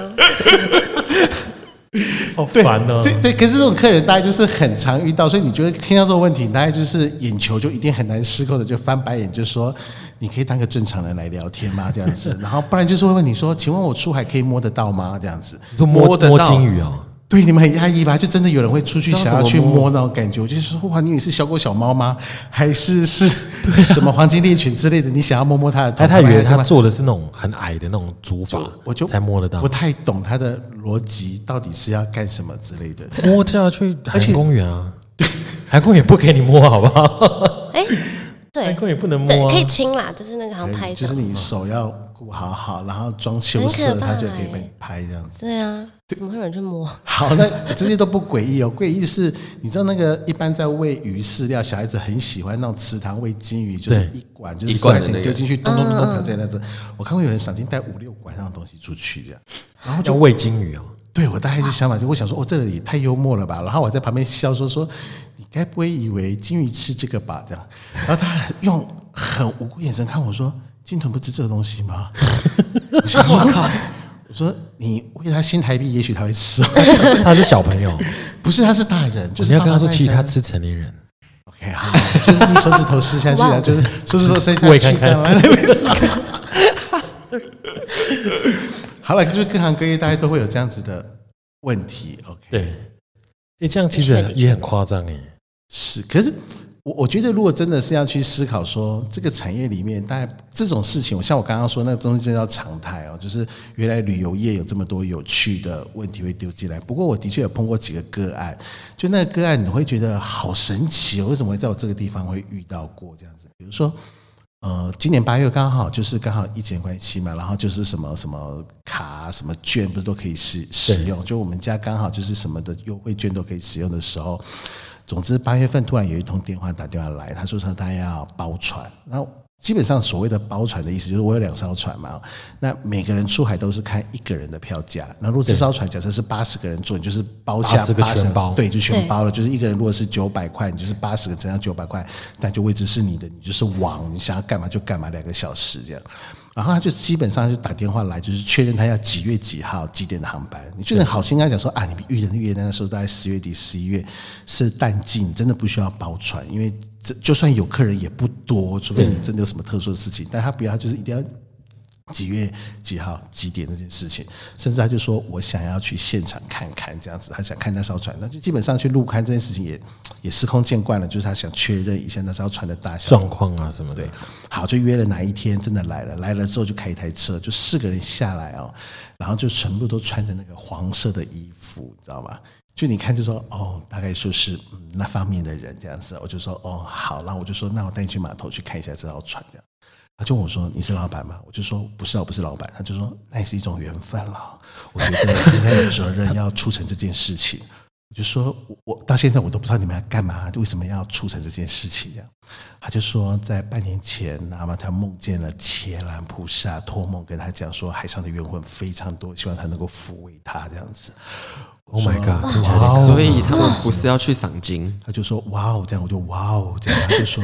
S2: 好
S5: 对
S2: 烦哦、
S5: 对对，可是这种客人大概就是很常遇到，所以你就会听到这种问题，你大概就是眼球就一定很难失控的，就翻白眼就说：“你可以当个正常人来聊天吗？”这 样子，然后不然就是会问你说：“请问我出海可以摸得到吗？”这样子，
S2: 你说
S4: 摸
S2: 摸
S4: 得
S2: 摸
S4: 到
S2: 金鱼哦、
S5: 对，你们很压抑吧？就真的有人会出去
S4: 知道
S5: 想要
S4: 怎么
S5: 去
S4: 摸
S5: 摸那种感觉，我就说哇，你以为是小狗小猫吗？还是是 什么黄金猎犬之类的？你想要摸摸它的头？
S2: 哎，他以
S5: 把它
S2: 为
S5: 这
S2: 他
S5: 么
S2: 做的是那种很矮的那种竹筏，
S5: 我啊就
S2: 才摸得到
S5: 不，太懂它的逻辑到底是要干什么之类的。
S2: 摸下去海洋公园啊，海洋公园不给你摸好不好？
S3: 哎、
S2: 海
S3: 对
S2: 洋，公园不能摸、
S3: 这
S2: 啊，
S3: 可以亲啦，就是那个好像
S5: 可
S3: 拍
S5: 以，
S3: 照
S5: 就是，你手要顾好好，然后装羞
S3: 很可
S5: 涩，
S3: 怕
S5: 它就可以
S3: 欸
S5: 被拍这样子。
S3: 对啊，怎么会有人去摸？
S5: 好，那这些都不诡异哦。诡异是，你知道那个一般在喂鱼饲料，小孩子很喜欢那种池塘喂金鱼，就是
S2: 对
S5: 一管就是
S4: 一
S5: 十
S4: 罐
S5: 块
S4: 的
S5: 钱
S4: 那个
S5: 丢进去，咚咚咚
S3: 嗯
S5: 咚瓢在那种。我看过有人赏金带五六管那种东西出去这样， 然后
S2: 要
S5: 就
S2: 喂金鱼哦、
S5: 对我大概就想法就我想说，哦，这个也太幽默了吧。然后我在旁边笑说说，你该不会以为金鱼吃这个吧？这样，然后他用很无辜眼神看我说，金豚不吃这个东西吗？ 我想说，我说你喂它新台币，也许它会吃。
S2: 他是小朋友，
S5: 不是，他是大人， 就是
S2: 你要跟他说，
S5: 爸爸带
S2: 其实他
S5: 下来
S2: 吃成年人。
S5: OK 好，就是你手指头伸下去
S3: 哇
S5: 了，
S3: 哦
S5: 就是手指头 伸
S2: 我
S5: 下
S2: 也
S5: 去
S2: 看
S5: 这
S2: 看
S5: 样来回试看。 好了，就是各行各业大家都会有这样子的问题，OK？
S2: 对，哎、这样其实
S3: 的确的确
S2: 也很夸张哎。
S5: 是，可是我我觉得，如果真的是要去思考说这个产业里面，大概这种事情，我像我刚刚说，那个东西就叫常态哦，就是原来旅游业有这么多有趣的问题会丢进来。不过我的确有碰过几个个案，就那个个案，你会觉得好神奇哦，为什么会在我这个地方会遇到过这样子？比如说。呃，今年八月刚好就是刚好疫情关系嘛，然后就是什么什么卡啊、什么券，不是都可以使使用？就我们家刚好就是什么的优惠券都可以使用的时候，总之八月份突然有一通电话打电话来，他说说他要包船，然后。基本上所谓的包船的意思就是我有两艘船嘛，那每个人出海都是看一个人的票价。那如果这艘船假设是八十个人坐，你就是包下
S2: 80个
S5: 80
S2: 全包
S5: 对，就全
S3: 对
S5: 包了。就是一个人如果是九百块，你就是八十个乘上九百块，那就位置是你的，你就是王，你想要干嘛就干嘛，两个小时这样。然后他就基本上就打电话来，就是确认他要几月几号几点的航班。你确实好心跟他讲说啊，你们预人预人那个时候大概十月底十一月是淡季，你真的不需要包船，因为这就算有客人也不多，除非你真的有什么特殊的事情。但他不要，他就是一定要几月几号几点这件事情，甚至他就说我想要去现场看看这样子，他想看那艘船，那就基本上去路看这件事情也也司空见惯了，就是他想确认一下那艘船的大小
S2: 状况啊什么的
S5: 对，，好，就约了哪一天，真的来了，来了之后就开一台车，就四个人下来哦，然后就全部都穿着那个黄色的衣服，你知道吗？就你看就说哦，大概就是嗯那方面的人这样子，我就说哦好，然后我就说那我带你去码头去看一下这条船这样。他就问我说：“你是老板吗？”我就说：“不是啊，我不是老板。”他就说：“那也是一种缘分了，我觉得你应该有责任要促成这件事情。”我就说：“我我到现在我都不知道你们要干嘛，为什么要促成这件事情这样。”他就说，在半年前，那么他梦见了伽蓝菩萨，托梦跟他讲说，海上的冤魂非常多，希望他能够抚慰他这样子。
S2: Oh my god！听起来
S5: 哇
S2: 好
S4: 所以他们不是要去赏金，
S5: 他就说哇哦，这样我就哇哦，这样他就说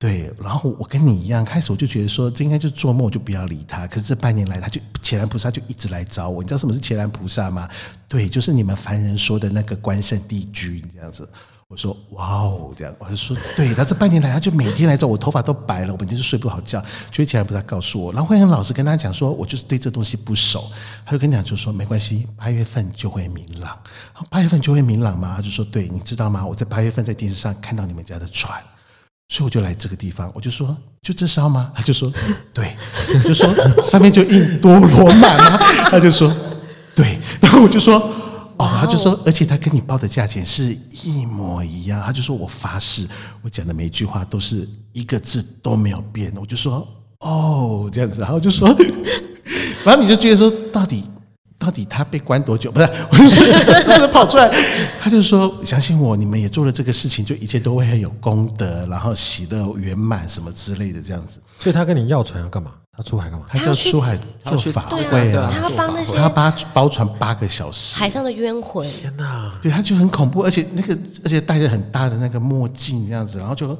S5: 对，然后我跟你一样，开始我就觉得说这应该就是做梦，我就不要理他。可是这半年来，他就伽蓝菩萨就一直来找我，你知道什么是伽蓝菩萨吗？对，就是你们凡人说的那个关圣帝君这样子。我说哇哦，这样，我就说对，他这半年来，他就每天来找我，头发都白了，我每天就睡不好觉，就起来不是他告诉我，然后会很老实跟他讲说，我就是对这东西不熟，他就跟你讲就说没关系，八月份就会明朗，然后八月份就会明朗嘛，他就说对，你知道吗？我在八月份在电视上看到你们家的船，所以我就来这个地方，我就说就这艘吗？他就说对， 我就说上面就印多罗曼吗？ 他就说对，然后我就说哦，他就说，而且他跟你报的价钱是一模一样，他就说我发誓，我讲的每一句话都是一个字都没有变，我就说哦这样子，然后我就说，然后你就觉得说到底。到底他被关多久？不是， 我就说真的跑出来，他就说：“相信我，你们也做了这个事情，就一切都会很有功德，然后喜乐圆满什么之类的，这样子。
S2: 所以他跟你要船要干嘛？他出海干嘛”？
S5: 他就要出海
S4: 他要
S5: 做
S4: 去
S5: 法
S4: 对啊
S5: 会
S4: 对啊
S5: 啊
S3: 他，要帮那些
S5: 他八包船八个小时，
S3: 海上的冤魂，
S2: 天哪！
S5: 对，他就很恐怖，而且那个而且戴着很大的那个墨镜这样子，然后就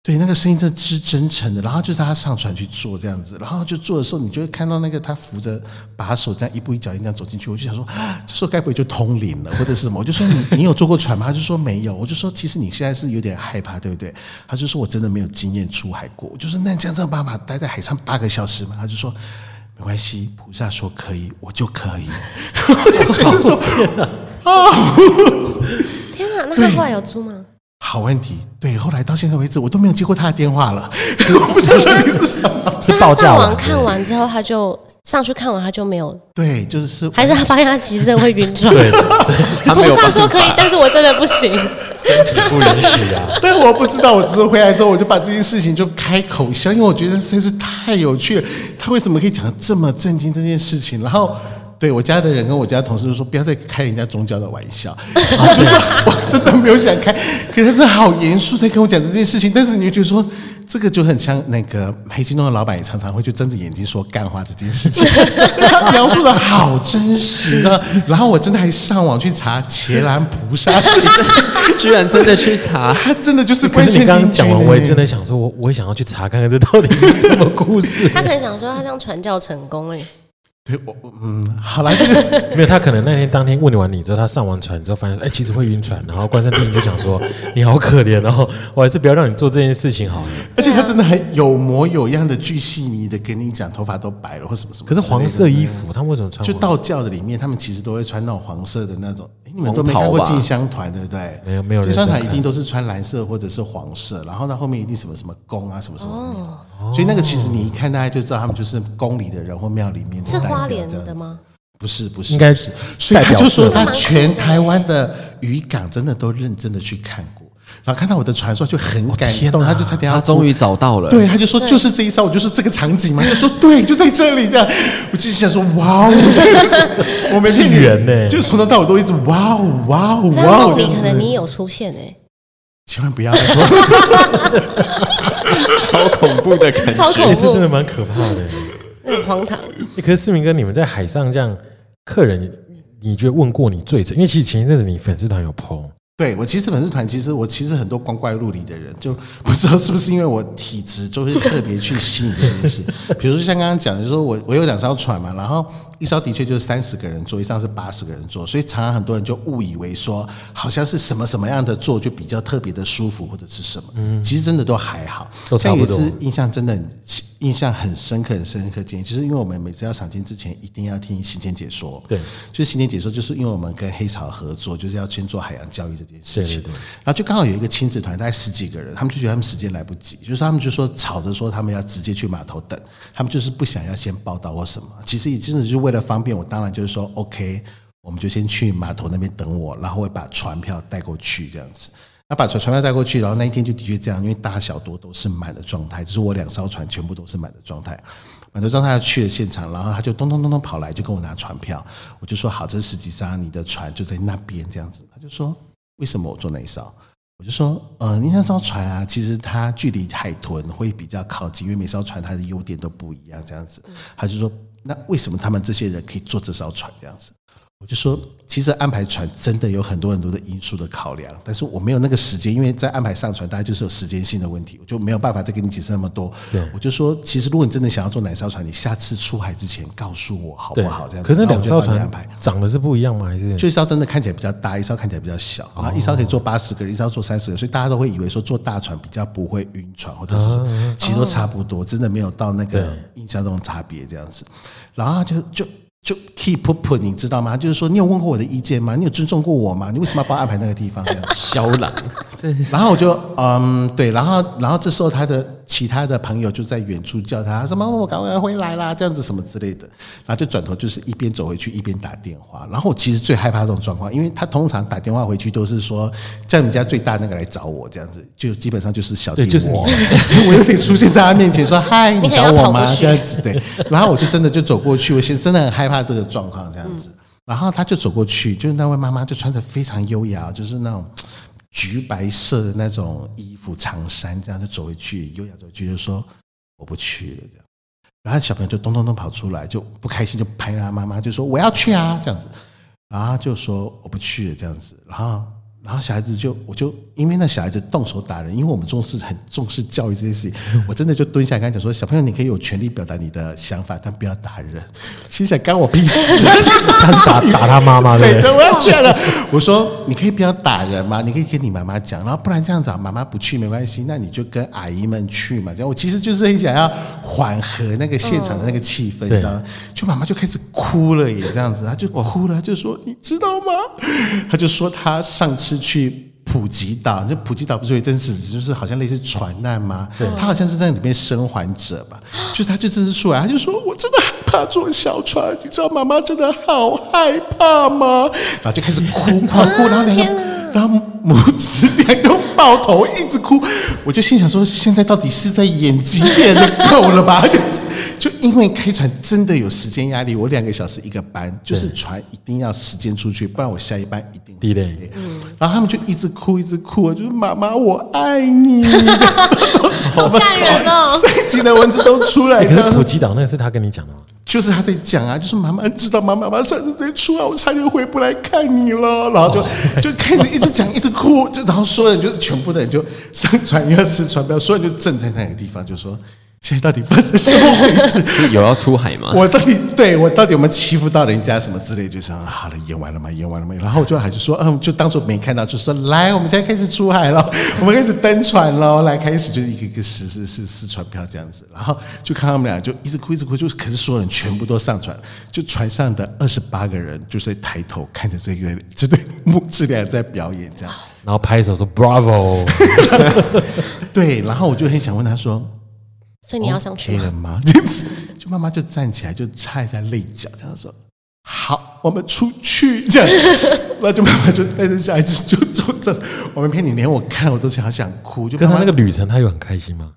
S5: 对，那个声音真的是真诚的，然后就是他上船去做这样子，然后就做的时候，你就会看到那个他扶着把手这样一步一脚印这样走进去，我就想说， 啊这时候该不会就通灵了或者是什么？我就说你你有坐过船吗？他就说没有，我就说其实你现在是有点害怕，对不对？他就说我真的没有经验出海过，我就说那你这样子爸爸待在海上八个小时嘛，他就说。没关系，菩萨说可以，我就可以。我就觉 得说，
S3: 天啊哪！那他后来有租吗？
S5: 好问题。对，后来到现在为止，我都没有接过他的电话了。 我不晓得你是什么。
S2: 是
S3: 那
S2: 报
S3: 他
S2: 价
S3: 上
S2: 网
S3: 网看完之后，他就上去看完，他就没有，
S5: 对，就是
S3: 还是他发现他其实真的会晕船。
S2: 对，
S4: 他
S3: 菩
S4: 没有
S3: 萨
S4: 办
S3: 说可以，但是我真的不行。
S2: 身体不允许 啊。
S5: 但我不知道，我只是回来之后，我就把这件事情就开口笑，因为我觉得实在是太有趣了。他为什么可以讲得这么震惊这件事情？然后。对我家的人跟我家同事就说，不要再开人家宗教的玩笑。我就说我真的没有想开，可是他是好严肃在跟我讲这件事情。但是你就觉得说，这个就很像那个黑金洞的老板也常常会去睁着眼睛说干话这件事情，他描述的好真实的。然后我真的还上网去查伽蓝菩萨，
S4: 居然真的去查，
S5: 他真的就是
S2: 可
S5: 关
S2: 是
S5: 键
S2: 你刚刚
S5: 邻居
S2: 讲完，
S5: 呢
S2: 我也真的想说，我我也想要去查看看这到底是什么故事。
S3: 他可能想说他这样传教成功哎、
S5: 对我我嗯，好啦，就是
S2: 没有，他可能那天当天问完你之后，他上完船之后发现，哎、其实会晕船，然后关圣帝君就想说，你好可怜哦，我还是不要让你做这件事情好了。
S5: 而且他真的很有模有样的巨细靡的跟你讲，头发都白了或什么什么
S2: 可
S5: 之类
S2: 是
S5: 的。
S2: 黄色衣服，他们为什么穿
S5: 就
S2: 黄？
S5: 道教的里面，他们其实都会穿那种黄色的那
S3: 啊
S5: 种，哎诶你们都没
S4: 黄
S5: 看
S4: 袍
S5: 过
S4: 吧
S5: 进香团对不对？
S2: 没有没有人
S5: 进香团
S2: 在
S5: 一
S2: 看
S5: 定都是穿蓝色或者是黄色，然后呢后面一定什么什么宫啊什么什么
S3: 哦
S5: 庙，所以那个其实你一看大家就知道他们就是宫里的人或庙里面的
S3: 是
S5: 代表
S3: 花莲
S5: 这样子
S3: 的？吗？
S5: 不是不是，
S2: 应该是
S5: 所以他
S2: 代表
S5: 就说
S2: 色
S5: 他全台湾的渔港真的都认真的去看过，然后看到我的传说就很感
S2: 天
S5: 动，
S2: 哪
S5: 他就差点要
S4: 他
S5: 哭
S4: 终于找到了。
S5: 对，他就说就是这一艘，我就是这个场景嘛，他就说对，就在这里这样。我就想说哇哦，我没骗你
S2: 是人呢
S5: 就从头到尾都一直哇哦哇哦
S3: 在
S5: 哇哦
S3: 梦
S5: 这
S3: 里
S5: 样
S3: 可
S5: 子，
S3: 能你有出现哎、
S5: 千万不要说
S4: 超恐怖的感
S3: 超
S4: 觉。
S2: 哎、
S3: 恐
S2: 这真的
S3: 怖，
S2: 蛮可怕的。
S3: 很荒唐。
S2: 欸可是世明哥，你们在海上这样，客人你觉得问过你最扯？因为其实前一阵子你粉丝团有 PO，
S5: 对我其实粉丝团，其实我其实很多光怪陆离的人，就 不知道是不是因为我体质，就会特别去吸引这件事。比如说像刚刚讲的，就是说我我有两艘船嘛，然后一艘的确就是三十个人坐，一艘是八十个人坐，所以常常很多人就误以为说好像是什么什么样的坐就比较特别的舒服或者是什么，其实真的都还好。
S2: 嗯都差
S5: 像
S2: 不
S5: 有一
S2: 多
S5: 次印象真的很印象很深刻很深刻建议，就是因为我们每次要赏金之前一定要听行前解说，
S2: 对
S5: 就是行前解说，就是因为我们跟黑潮合作，就是要先做海洋教育这件事情。
S2: 对对对
S5: 然后就刚好有一个亲子团，大概十几个人，他们就觉得他们时间来不及，就是他们就说吵着说他们要直接去码头等，他们就是不想要先报道或什么。其实也真的就是为了方便，我当然就是说 OK，我们就先去码头那边等我，然后会把船票带过去这样子。那把船船票带过去，然后那一天就的确这样，因为大小多都是满的状态，就是我两艘船全部都是满的状态。满头张他去了现场，然后他就咚咚咚咚跑来，就跟我拿船票。我就说好，这十几张，你的船就在那边这样子。他就说为什么我坐那一艘？我就说，呃，你那艘船啊，其实它距离海豚会比较靠近，因为每艘船它的优点都不一样，这样
S2: 嗯
S5: 子。他就说，那为什么他们这些人可以坐这艘船这样子？我就说，其实安排船真的有很多很多的因素的考量，但是我没有那个时间，因为在安排上船，大家就是有时间性的问题，我就没有办法再跟你解释那么多。我就说，其实如果你真的想要坐哪艘船，你下次出海之前告诉我好
S2: 对，
S5: 不好？这样子，
S2: 可是那
S5: 那我
S2: 两
S5: 就帮
S2: 艘
S5: 你
S2: 船
S5: 安排。
S2: 长得是不一样吗？还是
S5: 就一艘真的看起来比较大，一艘看起来比较小，然后一艘可以坐八十个人，一艘坐三十个人，所以大家都会以为说坐大船比较不会晕船，或者是什么其实都差不多，真的没有到那个印象中的差别这样子。然后他就就就 keep put，你知道吗？就是说你有问过我的意见吗？你有尊重过我吗？你为什么要帮我安排那个地方这样子？
S4: 肖郎，
S5: 然后我就嗯，对，然后然后这时候他的其他的朋友就在远处叫他什么，我赶快回来啦，这样子什么之类的，然后就转头就是一边走回去一边打电话。然后我其实最害怕这种状况，因为他通常打电话回去都是说叫你们家最大那个来找我这样子，就基本上就是小弟
S2: 对就是你
S5: 我， 我有点出现在他面 前说嗨，你
S3: 你可能
S5: 找
S3: 要
S5: 我
S3: 跑
S5: 吗
S3: 过？去
S5: 这样子对，然后我就真的就走过去，我现在真的很害怕这个状况这样子。
S3: 嗯
S5: 然后他就走过去，就是那位妈妈就穿着非常优雅，就是那种橘白色的那种衣服长衫，这样就走回去，优雅走回去就说我不去了这样。然后小朋友就咚咚咚跑出来，就不开心，就拍他妈妈，就说我要去啊这样子。然后他就说我不去了这样子。然后，然然后小孩子就我就因为那小孩子动手打人，因为我们重视很重视教育这件事情，我真的就蹲下来跟他讲说，小朋友你可以有权利表达你的想法，但不要打人。心想干我屁事。
S2: 他是打打他妈妈对
S5: 对
S2: 不对？
S5: 对，我要去了。 我说你可以不要打人吗？你可以跟你妈妈讲，然后不然这样子啊，妈妈不去没关系，那你就跟阿姨们去嘛。这样我其实就是很想要缓和那个现场的那个气氛，你知道吗？就妈妈就开始哭了也这样子，她就哭了，她就说你知道吗？她就说她上次去。普吉岛，那普吉岛不是有一阵子就是好像类似船难吗？她好像是在里面生还者吧，就是她就真是出来，她就说我真的害怕坐小船，你知道妈妈真的好害怕吗？然后就开始哭，狂哭，然后两个，然后母子俩都抱头一直哭，我就心想说，现在到底是在演几点的够了吧？就就因为开船真的有时间压力，我两个小时一个班，就是船一定要时间出去，不然我下一班一定
S2: Delay
S5: 然后他们就一直哭，一直哭，就是妈妈我爱你，好
S1: 感人哦！
S5: 神奇的文字都出来，
S2: 欸可
S5: 这
S2: 是
S5: 样
S2: 普吉岛那个是他跟你讲的吗？
S5: 就是他在讲啊，就是妈妈知道妈妈妈上次在出来，啊我差点回不来看你了，然后就、 就开始一直讲，一直哭，就然后所有人就全部的人就上船又要吃船标，所有人就站在那个地方就说。现在到底发生什么回事？
S4: 是有要出海吗？
S5: 我到底对我到底有没有欺负到人家什么之类？就想啊好了，演完了吗？演完了吗？然后我就还是说，嗯，就当做没看到，就说来，我们现在开始出海了， 我们开始登船了，来开始就是一个一个试试试试船票这样子，然后就看他们俩就一直哭一直哭，就可是所有人全部都上船，就船上的二十八个人就是抬头看着这个这对母子俩在表演这样，
S2: 然后拍手说 Bravo，
S5: 对，然后我就很想问他说，
S3: 所以你要上去
S5: OK 了
S3: 吗？
S5: 吗？这样子，就妈妈就站起来，就擦一下泪角，这样说：“好，我们出去。”这样， 然后就妈妈就带着小孩子就走走。我没骗你，连我看我都想好想哭。就
S2: 可是
S5: 妈
S2: 他
S5: 妈
S2: 那个旅程他有很开心吗？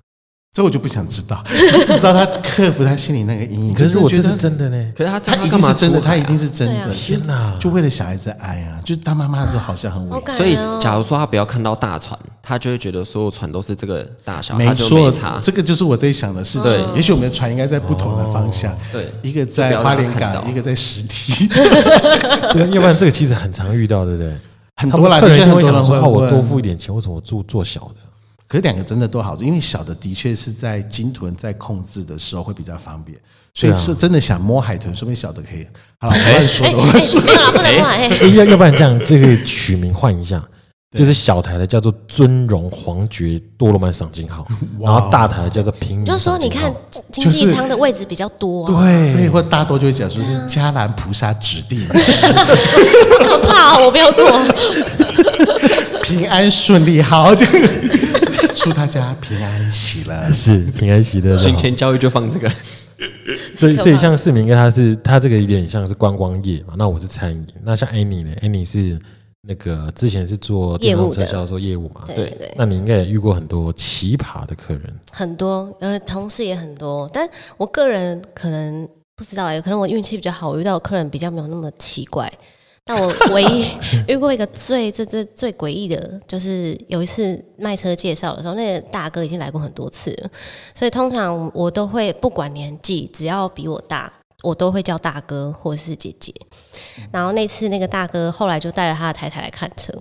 S5: 这我就不想知道，我只知道他克服他心里那个阴影。
S2: 可是如果
S5: 就
S2: 这
S5: 觉得
S2: 是真的呢？
S4: 可是他
S5: 他
S4: 他
S5: 一
S4: 干
S5: 定
S4: 嘛
S5: 是真的，
S4: 出海
S5: 他
S4: 啊
S5: 一定是真
S3: 对
S5: 的。
S3: 啊
S2: 天哪
S5: 就为了小孩子爱啊，就是当妈妈的时候好像很伟
S3: 好
S5: 大。
S3: 感
S4: 所以
S3: 人哦，
S4: 假如说他不要看到大船，他就会觉得所有船都是这个大小，他
S5: 没
S4: 就
S5: 错，
S4: 差。
S5: 这个就是我在想的事情。
S3: 嗯
S4: 对
S5: 也许我们的船应该在不同的方向，
S4: 对
S5: 一个
S4: 就不
S5: 在
S4: 要让
S5: 花
S4: 他
S5: 莲
S4: 看到
S5: 港，一个在实体。
S2: 对，要不然这个其实很常遇到，对不对？
S5: 很
S2: 他
S5: 多
S2: 们
S5: 啦，
S2: 客
S5: 的确
S2: 人就
S5: 很
S2: 会
S5: 多
S2: 想
S5: 人
S2: 说，
S5: 会
S2: 啊，我多
S5: 问。
S2: 付一点钱，为什么我住做小的？
S5: 可是两个真的都好处，因为小的的确是在鲸豚在控制的时候会比较方便，所以
S2: 啊
S5: 是真的想摸海豚，说明小的可以。好了，我乱说
S3: 哎
S5: 的，我乱说
S3: 哎，没有
S5: 的。
S3: 啦，不能乱哎。
S2: 欸要要不然这样，这个取名换 一下，就是小台的叫做尊荣皇爵多罗曼赏金 号，
S5: 哦
S2: 然后大台的叫做平民
S3: 就说
S2: 赏
S3: 你
S2: 金
S3: 看
S2: 号。
S3: 经济舱的位置比较多、啊，
S5: 对，
S2: 对，
S5: 或大多就会讲说是迦兰菩萨指定，
S3: 好可怕、哦！我没有做，
S5: 平安顺利，好，这个 祝大家平安喜乐。
S2: 是平安喜乐的
S4: 行
S2: 好。
S4: 前教育就放这个，
S2: 所以，所以像市民哥他是他这个有点像是观光业嘛，那我是餐饮。那像 Annie 呢？Annie 是那个之前是做电动车销售业务嘛？
S3: 对
S4: 对
S3: 对对，
S2: 那你应该也遇过很多奇葩的客人，
S3: 很多，呃，同事也很多，但我个人可能不知道哎、有可能我运气比较好，我遇到的客人比较没有那么奇怪。但我唯一遇过一个最最最最诡异的，就是有一次卖车介绍的时候，那个大哥已经来过很多次了，所以通常我都会不管年纪，只要比我大，我都会叫大哥或是姐姐。然后那次那个大哥后来就带了他的太太来看车，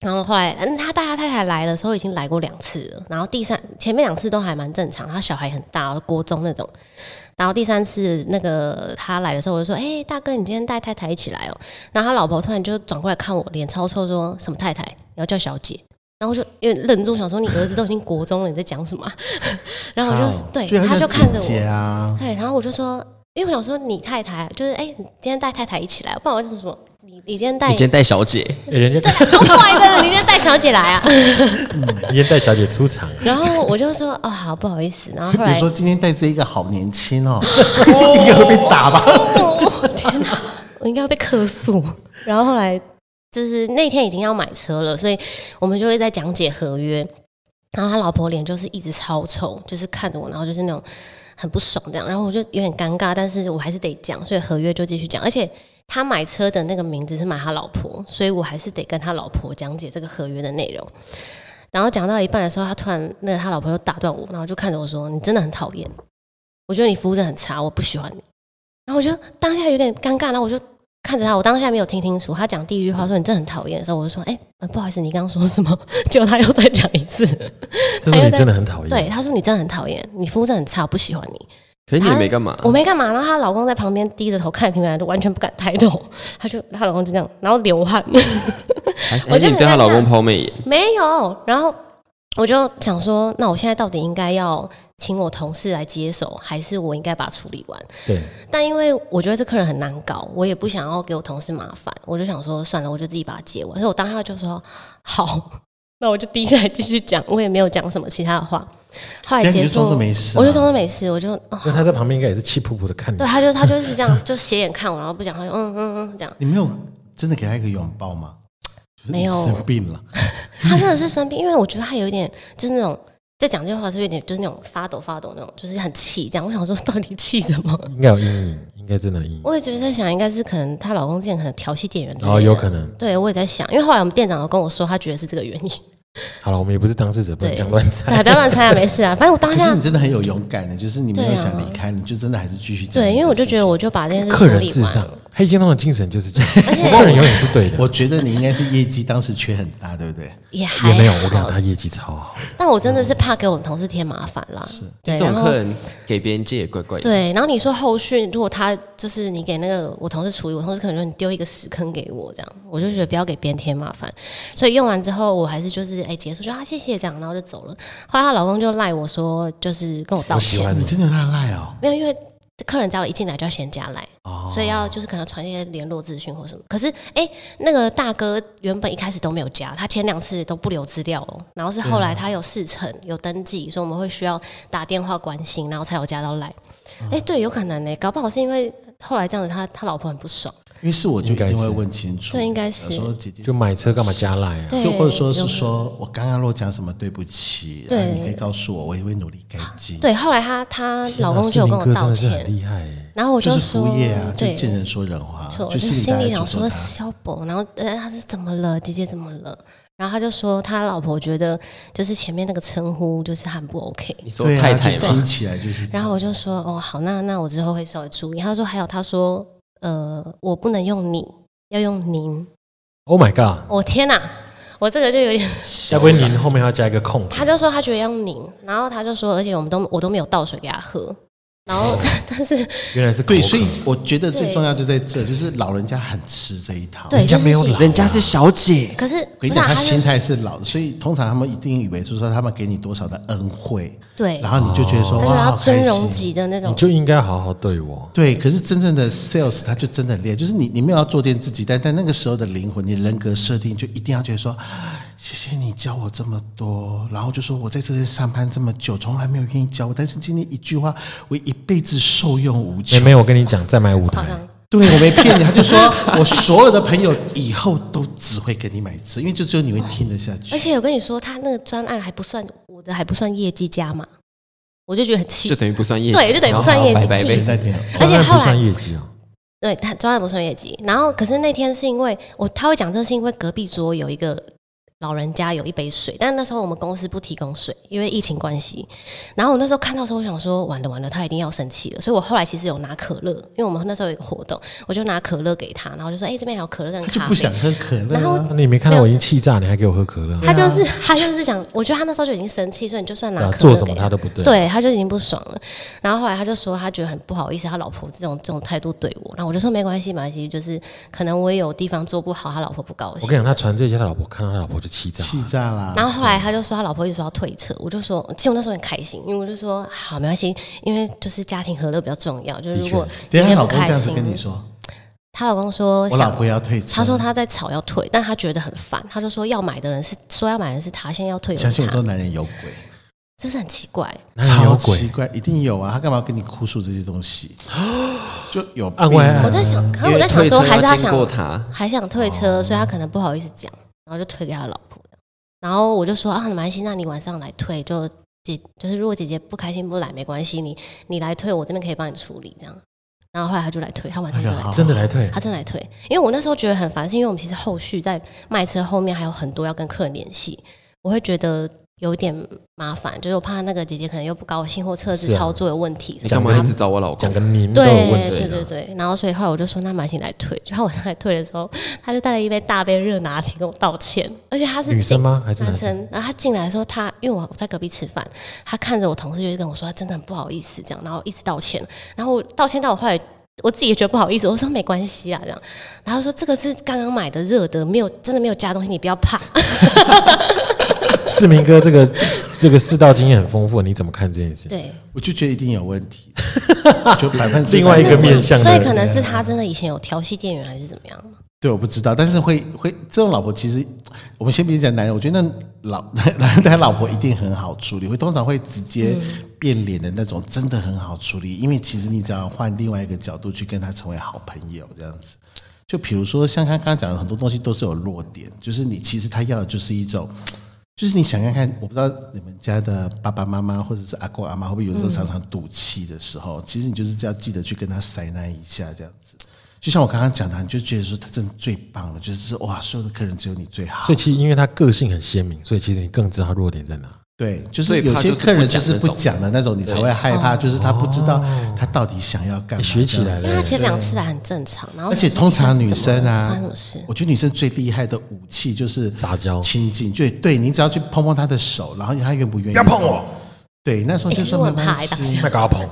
S3: 然后后来，嗯，他带他太太来的时候已经来过两次了，然后第三前面两次都还蛮正常，他小孩很大，哦国中那种。然后第三次那个他来的时候，我就说：“哎、大哥，你今天带太太一起来哦。”然后他老婆突然就转过来看我，脸超臭，说什么太太，你要叫小姐。然后我就因为愣住，想说你儿子都已经国中了，你在讲什么啊、然后我就对，
S5: 所以
S3: 他就
S5: 叫
S3: 看着
S5: 姐
S3: 我
S5: 姐，啊，
S3: 对，然后我就说，因为我想说你太太就是哎、你今天带太太一起来，不然我就说什么你你今天带
S4: 你今天带小
S3: 哎
S4: 姐，
S2: 欸、人 家
S3: 超坏的，你今天带小姐来啊？
S2: 人家带小姐出场，啊
S3: 然后我就说哦好，不好意思。然后后
S5: 比如
S3: 来
S5: 说今天带这一个好年轻哦，应该会被打吧？
S3: 哦天哪，我应该要被客诉。 然后后来就是那天已经要买车了，所以我们就会在讲解合约。然后他老婆脸就是一直超臭，就是看着我，然后就是那种很不爽这样。然后我就有点尴尬，但是我还是得讲，所以合约就继续讲。而且他买车的那个名字是买他老婆，所以我还是得跟他老婆讲解这个合约的内容。然后讲到一半的时候，他突然那个他老婆又打断我，然后就看着我说：“你真的很讨厌，我觉得你服务真的很差，我不喜欢你。”然后我就当下有点尴尬，然后我就看着他，我当下没有听清楚，他讲第一句话说你真的很讨厌的时候，我就说哎、呃不好意思，你刚刚说什么？ 结果他又再讲一次，
S2: 这时候你真的很讨厌。
S3: 对，他说你真的很讨厌，你服务真的很差，我不喜欢你。
S4: 可是你也没干嘛，
S3: 我没干嘛，然后她老公在旁边低着头看平板，都完全不敢抬头，她就她老公就这样，然后流汗，
S4: 还是
S3: 我
S4: 还是
S3: 就
S4: 你对她
S3: 很
S4: 老
S3: 尴尬
S4: 公抛媚眼？
S3: 没有，然后我就想说，那我现在到底应该要请我同事来接手，还是我应该把它处理完？
S2: 对，
S3: 但因为我觉得这客人很难搞，我也不想要给我同事麻烦，我就想说算了，我就自己把它接完。所以我当下就说好， 那我就低下来继续讲，我也没有讲什么其他的 话。后来
S5: 但你
S3: 结
S5: 就
S3: 束，
S5: 装作没事啊
S3: 我就装作没事，我就、哦、
S2: 因为他在旁边应该也是气扑扑的看你
S3: 对，。他就他就是这样，就斜眼看我，然后不讲话，就嗯嗯嗯这 样。
S5: 你没有真的给他一个拥抱吗？就是
S3: 没有
S5: 你生病了，
S3: 他真的是生病，因为我觉得他有一点就是那种在讲这句话的时候有点就是那种发抖发抖那种，就是很气这样。我想说到底气什么？
S5: 嗯
S2: 应该有阴影，应该真的有阴影。
S3: 我也觉得在想，应该是可能她老公之前可能调戏店员之类的，
S2: 哦，有可能。
S3: 对，我也在想，因为后来我们店长有跟我说，他觉得是这个原因。
S2: 好了，我们也不是当事者，不能
S3: 对
S2: 讲乱
S3: 对，
S2: 猜。
S3: 不要乱猜啊，没事啊。反正我当
S5: 可
S3: 下
S5: 是你真的很有勇敢的，就是你没有
S3: 对啊
S5: 想离开，你就真的还是继续讲
S3: 对，
S5: 你的
S3: 因为我就
S5: 事
S3: 觉得
S5: 情
S3: 我就把这件事处
S2: 客人
S3: 理
S2: 至
S3: 完
S2: 上
S3: 了。，
S2: 黑金通的精神就是这
S3: 而且
S2: 样，客人永远是对的。
S5: 我觉得你应该是业绩当时缺很大，对不对？
S3: 也还
S2: 也没有，我跟你
S3: 好
S2: 讲，嗯他业绩超好。
S3: 但我真的是怕给我们同事添麻烦啦。对，
S4: 这种
S3: 然后
S4: 客人给别人借也怪怪的。
S3: 对，然后你说后续如果他就是你给那个我同事处理，我同事可能说你丢一个屎坑给我这样，我就觉得不要给别人添麻烦。所以用完之后，我还是就是哎、结束就啊谢谢这样，然后就走了。后来她老公就赖我说就是跟我道
S2: 我喜
S3: 歉，
S2: 欢
S5: 你
S2: 你，
S5: 真的有他的赖哦，
S3: 没有因为。客人只要一进来就要先加赖，
S5: 哦，
S3: 所以要就是可能传一些联络资讯或什么。可是哎、那个大哥原本一开始都没有加，他前两次都不留资料哦，然后是后来他有事成有登记，所以我们会需要打电话关心，然后才有加到来。哎、对，有可能呢、搞不好是因为后来这样子他，他老婆很不爽，
S5: 因为是我就一
S2: 应该
S5: 定会
S2: 是
S5: 问清楚，
S3: 对应该是
S5: 我说姐姐
S2: 就买车干嘛加赖啊？
S3: 对，
S5: 就或者说
S3: 有
S5: 是
S3: 可能
S5: 说我刚刚若讲什么对不起，
S3: 对
S5: 啊你可以告诉我，我也会努力改进。，
S3: 对，后来他他
S2: 天哪
S3: 老公就有跟我
S2: 四零哥
S3: 道
S2: 真的是很
S3: 歉，
S2: 厉害耶。
S3: 然后我
S5: 就是服
S3: 说
S5: 务业啊，就
S3: 对，
S5: 见人说人话，
S3: 错，我
S5: 就
S3: 就
S5: 心
S3: 心
S5: 里
S3: 里
S5: 大
S3: 想
S5: 概诅咒
S3: 说
S5: 他。
S3: 肖博，然后呃他是怎么了，姐姐怎么了？然后他就说他老婆觉得就是前面那个称呼就是很不 OK，
S4: 你说
S5: 对
S4: 太
S5: 啊，
S4: 太
S5: 就听
S4: 嘛，
S5: 起来就是这样。
S3: 然后我就说哦好，那那我之后会稍微注意。他说还有他说呃我不能用你，要用您。
S2: Oh my god！
S3: 我、天哪，我这个就有点，
S2: 要不然您后面还要加一个空格？
S3: 他就说他觉得要用您，然后他就说而且我们都我都没有倒水给他喝，然后
S5: 哦
S3: 但是
S2: 原来是
S5: 对，
S2: 口渴
S5: 所以我觉得最
S3: 对
S5: 重要就在这，就是老人家很吃这一套。
S3: 对
S2: 人家
S3: 就是
S2: 没有
S3: 信
S2: 老，
S4: 人家是小姐，
S3: 可是不
S5: 我跟你
S3: 是、
S5: 讲，
S3: 啊、
S5: 他
S3: 就
S5: 心
S3: 是
S5: 态是老的，所以通常他们一定以为就是说他们给你多少的恩惠，
S3: 对，哦
S5: 然后你就觉得说
S3: 他说
S5: 哇，
S3: 要
S5: 好开
S3: 尊荣
S5: 心。
S3: 级的那种
S2: 你。就应该好好对我。
S5: 对，可是真正的 sales 他就真的练，就是你你没有要作践自己，但但那个时候的灵魂，你人格设定就一定要觉得说，谢谢你教我这么多，然后就说我在这边上班这么久，从来没有愿意教我，但是今天一句话，我一辈子受用无
S2: 妹
S5: 穷。
S2: 妹，我跟你讲，再买五台。
S5: 对我没骗你，他就说 我所有的朋友以后都只会跟你买一次，因为就只有你会听得下去
S3: 而。且我跟你说，他那个专案还不算我的，还不算业绩加码，我就觉得很气
S4: 就。等于不算业绩，哦
S3: 对就等于不算
S4: 然后
S3: 业绩
S4: 拜拜
S3: 气
S5: 人
S4: 呗
S5: 在听，
S3: 而且
S2: 专案
S3: 后
S2: 不算
S3: 来，
S2: 业绩哦，
S3: 对他专案不算业绩。然后，可是那天是因为我他会讲这是因为隔壁桌有一个老人家有一杯水，但那时候我们公司不提供水，因为疫情关系。然后我那时候看到的时候，我想说完了完了，他一定要生气了。所以我后来其实有拿可乐，因为我们那时候有一个活动，我就拿可乐给他，然后就说：“哎、这边还有可乐跟
S5: 他就
S3: 咖
S5: 不
S3: 啡。”
S5: 想喝可乐、
S3: 然后
S5: 啊。
S2: 那你没看到我已经气炸，你还给我喝可乐？
S3: 他就是他就是想，我觉得他那时候就已经生气，所以你就算拿
S2: 对啊
S3: 可乐
S2: 做什
S3: 给
S2: 么他都不对
S3: 对，他就已经不爽了。然后后来他就说，他觉得很不好意思，他老婆这种这种态度对我。然后我就说没关系，没关系，就是可能我也有地方做不好，他老婆不高
S2: 我
S3: 兴
S2: 跟你。讲，他传这些，他老婆看到他老婆就气炸。
S5: 气炸啦！
S3: 然后后来他就说他老婆一直说要退车，我就说，其实我那时候很开心，因为我就说好没关系，因为就是家庭和乐比较重要，就是如果今
S5: 等一下
S3: 天
S5: 老
S3: 不
S5: 公这
S3: 开
S5: 样子
S3: 心，
S5: 跟你说，
S3: 她老公说
S5: 我
S3: 想
S5: 老婆要退车，
S3: 他说他在吵要退，但他觉得很烦，他就说要买的人是说要买的人是他，现在要退的
S5: 相
S3: 人
S5: 信
S3: 是
S5: 我说
S3: 他，
S5: 男人有鬼，
S3: 就是很奇怪。
S2: 哪里
S5: 超
S2: 有鬼
S5: 奇？怪，一定有啊！他干嘛跟你哭诉这些 东西？就有
S2: 案
S5: 病
S2: 外
S5: 啊
S2: 案
S3: 我在想，可能
S4: 嗯因
S3: 我
S4: 为
S3: 在想
S4: 退
S3: 说，
S4: 车
S3: 还是
S4: 要
S3: 他
S4: 经过
S3: 想
S4: 他，哦
S3: 还想退车，所以他可能不好意思讲，然后就推给他老婆。然后我就说啊，没关系，那你晚上来退，就姐就是如果姐姐不开心不来没关系，你你来退，我这边可以帮你处理这样。然后后来他就来退，他晚上就来
S5: 哎呀
S3: 退，
S2: 真的来退？
S3: 他真的来退。因为我那时候觉得很烦，是因为我们其实后续在卖车后面还有很多要跟客人联系，我会觉得有点麻烦，就是我怕那个姐姐可能又不高兴或测
S2: 是
S3: 试
S2: 啊
S3: 操作有问题，
S4: 你
S3: 所以
S4: 干
S3: 我
S4: 嘛
S3: 怕
S4: 一直找我老
S2: 讲
S4: 公？
S2: 个您都有问
S3: 对
S2: 题啊
S3: 对
S2: 了
S3: 对，对，然后所以后来我就说，那马欣来退。就他晚上来退的时候，他就带了一杯大杯热拿铁跟我道歉，而且他是
S2: 女生
S3: 进
S2: 吗？还是
S3: 男
S2: 男生？
S3: 生。然后他进来的时候，他因为我我在隔壁吃饭，他看着我同事就跟我说，他真的很不好意思这样，然后一直道歉，然后我道歉到我后来。我自己也觉得不好意思，我说没关系啊，这样。然后他说这个是刚刚买的热的，没有真的没有加东西，你不要 怕。
S2: 市民哥这个 这个世道经验很丰富，你怎么看这件事？
S3: 对，
S5: 我就觉得一定有问题，就百分 之
S2: 另外一个面向的啊
S3: 所以可能是他真的以前有调戏店员还是怎么样。
S5: 对，我不知道，但是会会这种老婆，其实我们先别讲男人，我觉得那老 男人他老婆一定很好处理，会通常会直接变脸的那种，真的很好处理，因为其实你只要换另外一个角度去跟他成为好朋友这样子。就比如说像他刚刚讲的，很多东西都是有弱点，就是你其实他要的就是一种。就是你想看看，我不知道你们家的爸爸妈妈或者是阿公阿妈会不会有时候常常赌气的时候，其实你就是要记得去跟他塞那一下这样子。就像我刚刚讲的，你就觉得说他真的最棒了，就是说哇，所有的客人只有你最好
S2: 所以。其实因为他个性很鲜明，所以其实你更知道他弱点在哪。
S5: 对，就
S4: 所
S5: 是
S4: 以
S5: 有
S4: 怕
S5: 些
S4: 就是
S5: 客
S4: 不
S5: 人就
S4: 讲
S5: 是
S4: 那
S5: 不
S4: 种
S5: 讲的那种，你才
S4: 对
S5: 会害怕，就是他不知道他到底想要干嘛。
S2: 学起来了
S5: 这
S3: 因
S5: 样
S3: 为
S5: 子
S3: 他前两次来很正常，然后
S5: 而且
S3: 我想
S5: 通
S3: 哦说
S5: 常
S3: 这
S5: 女
S3: 次怎么了
S5: 生
S3: 发
S5: 啊
S3: 生什么事，？
S5: 我觉得女生最厉害的武器就是
S2: 杂交
S5: 亲近，
S3: 哎
S5: 就对你只要去碰碰她的手，然后她愿不愿意
S2: 不要碰我。
S5: 对，那时候
S3: 欸
S5: 就
S3: 其实
S5: 说
S3: 我
S5: 没
S3: 很怕
S5: 关
S3: 挨打
S5: 系。
S2: 麦高鹏，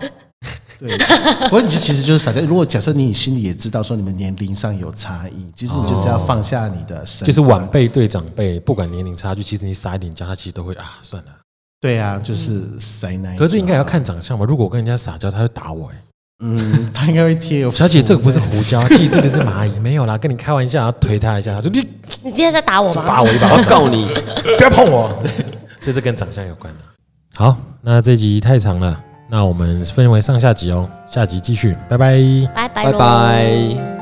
S5: 对，不过你就其实就是撒娇。如果假设你心里也知道说你们年龄上有差异，其实你就只要放下你的身段，
S2: 就是晚辈对长辈，不管年龄差距，其实你撒一点娇，他其实都会啊，算了。
S5: 对啊，就是塞奶。
S2: 可是这应该也要看长相吧？如果我跟人家撒娇，他会打我、欸。
S5: 嗯，他应该会贴有。
S2: 小姐，欸这个不是胡椒剂，这个是蚂蚁，没有啦，跟你开玩笑，然后推他一下，他说你
S3: 你今天在打我
S2: 就
S3: 吗？
S2: 扒我一把，
S4: 我要告你，
S2: 不要碰我。 所以这跟长相有关的。好，那这集太长了，那我们分为上下集哦，下集继续，拜拜。
S3: 拜拜
S4: 拜
S3: 喽
S4: 拜。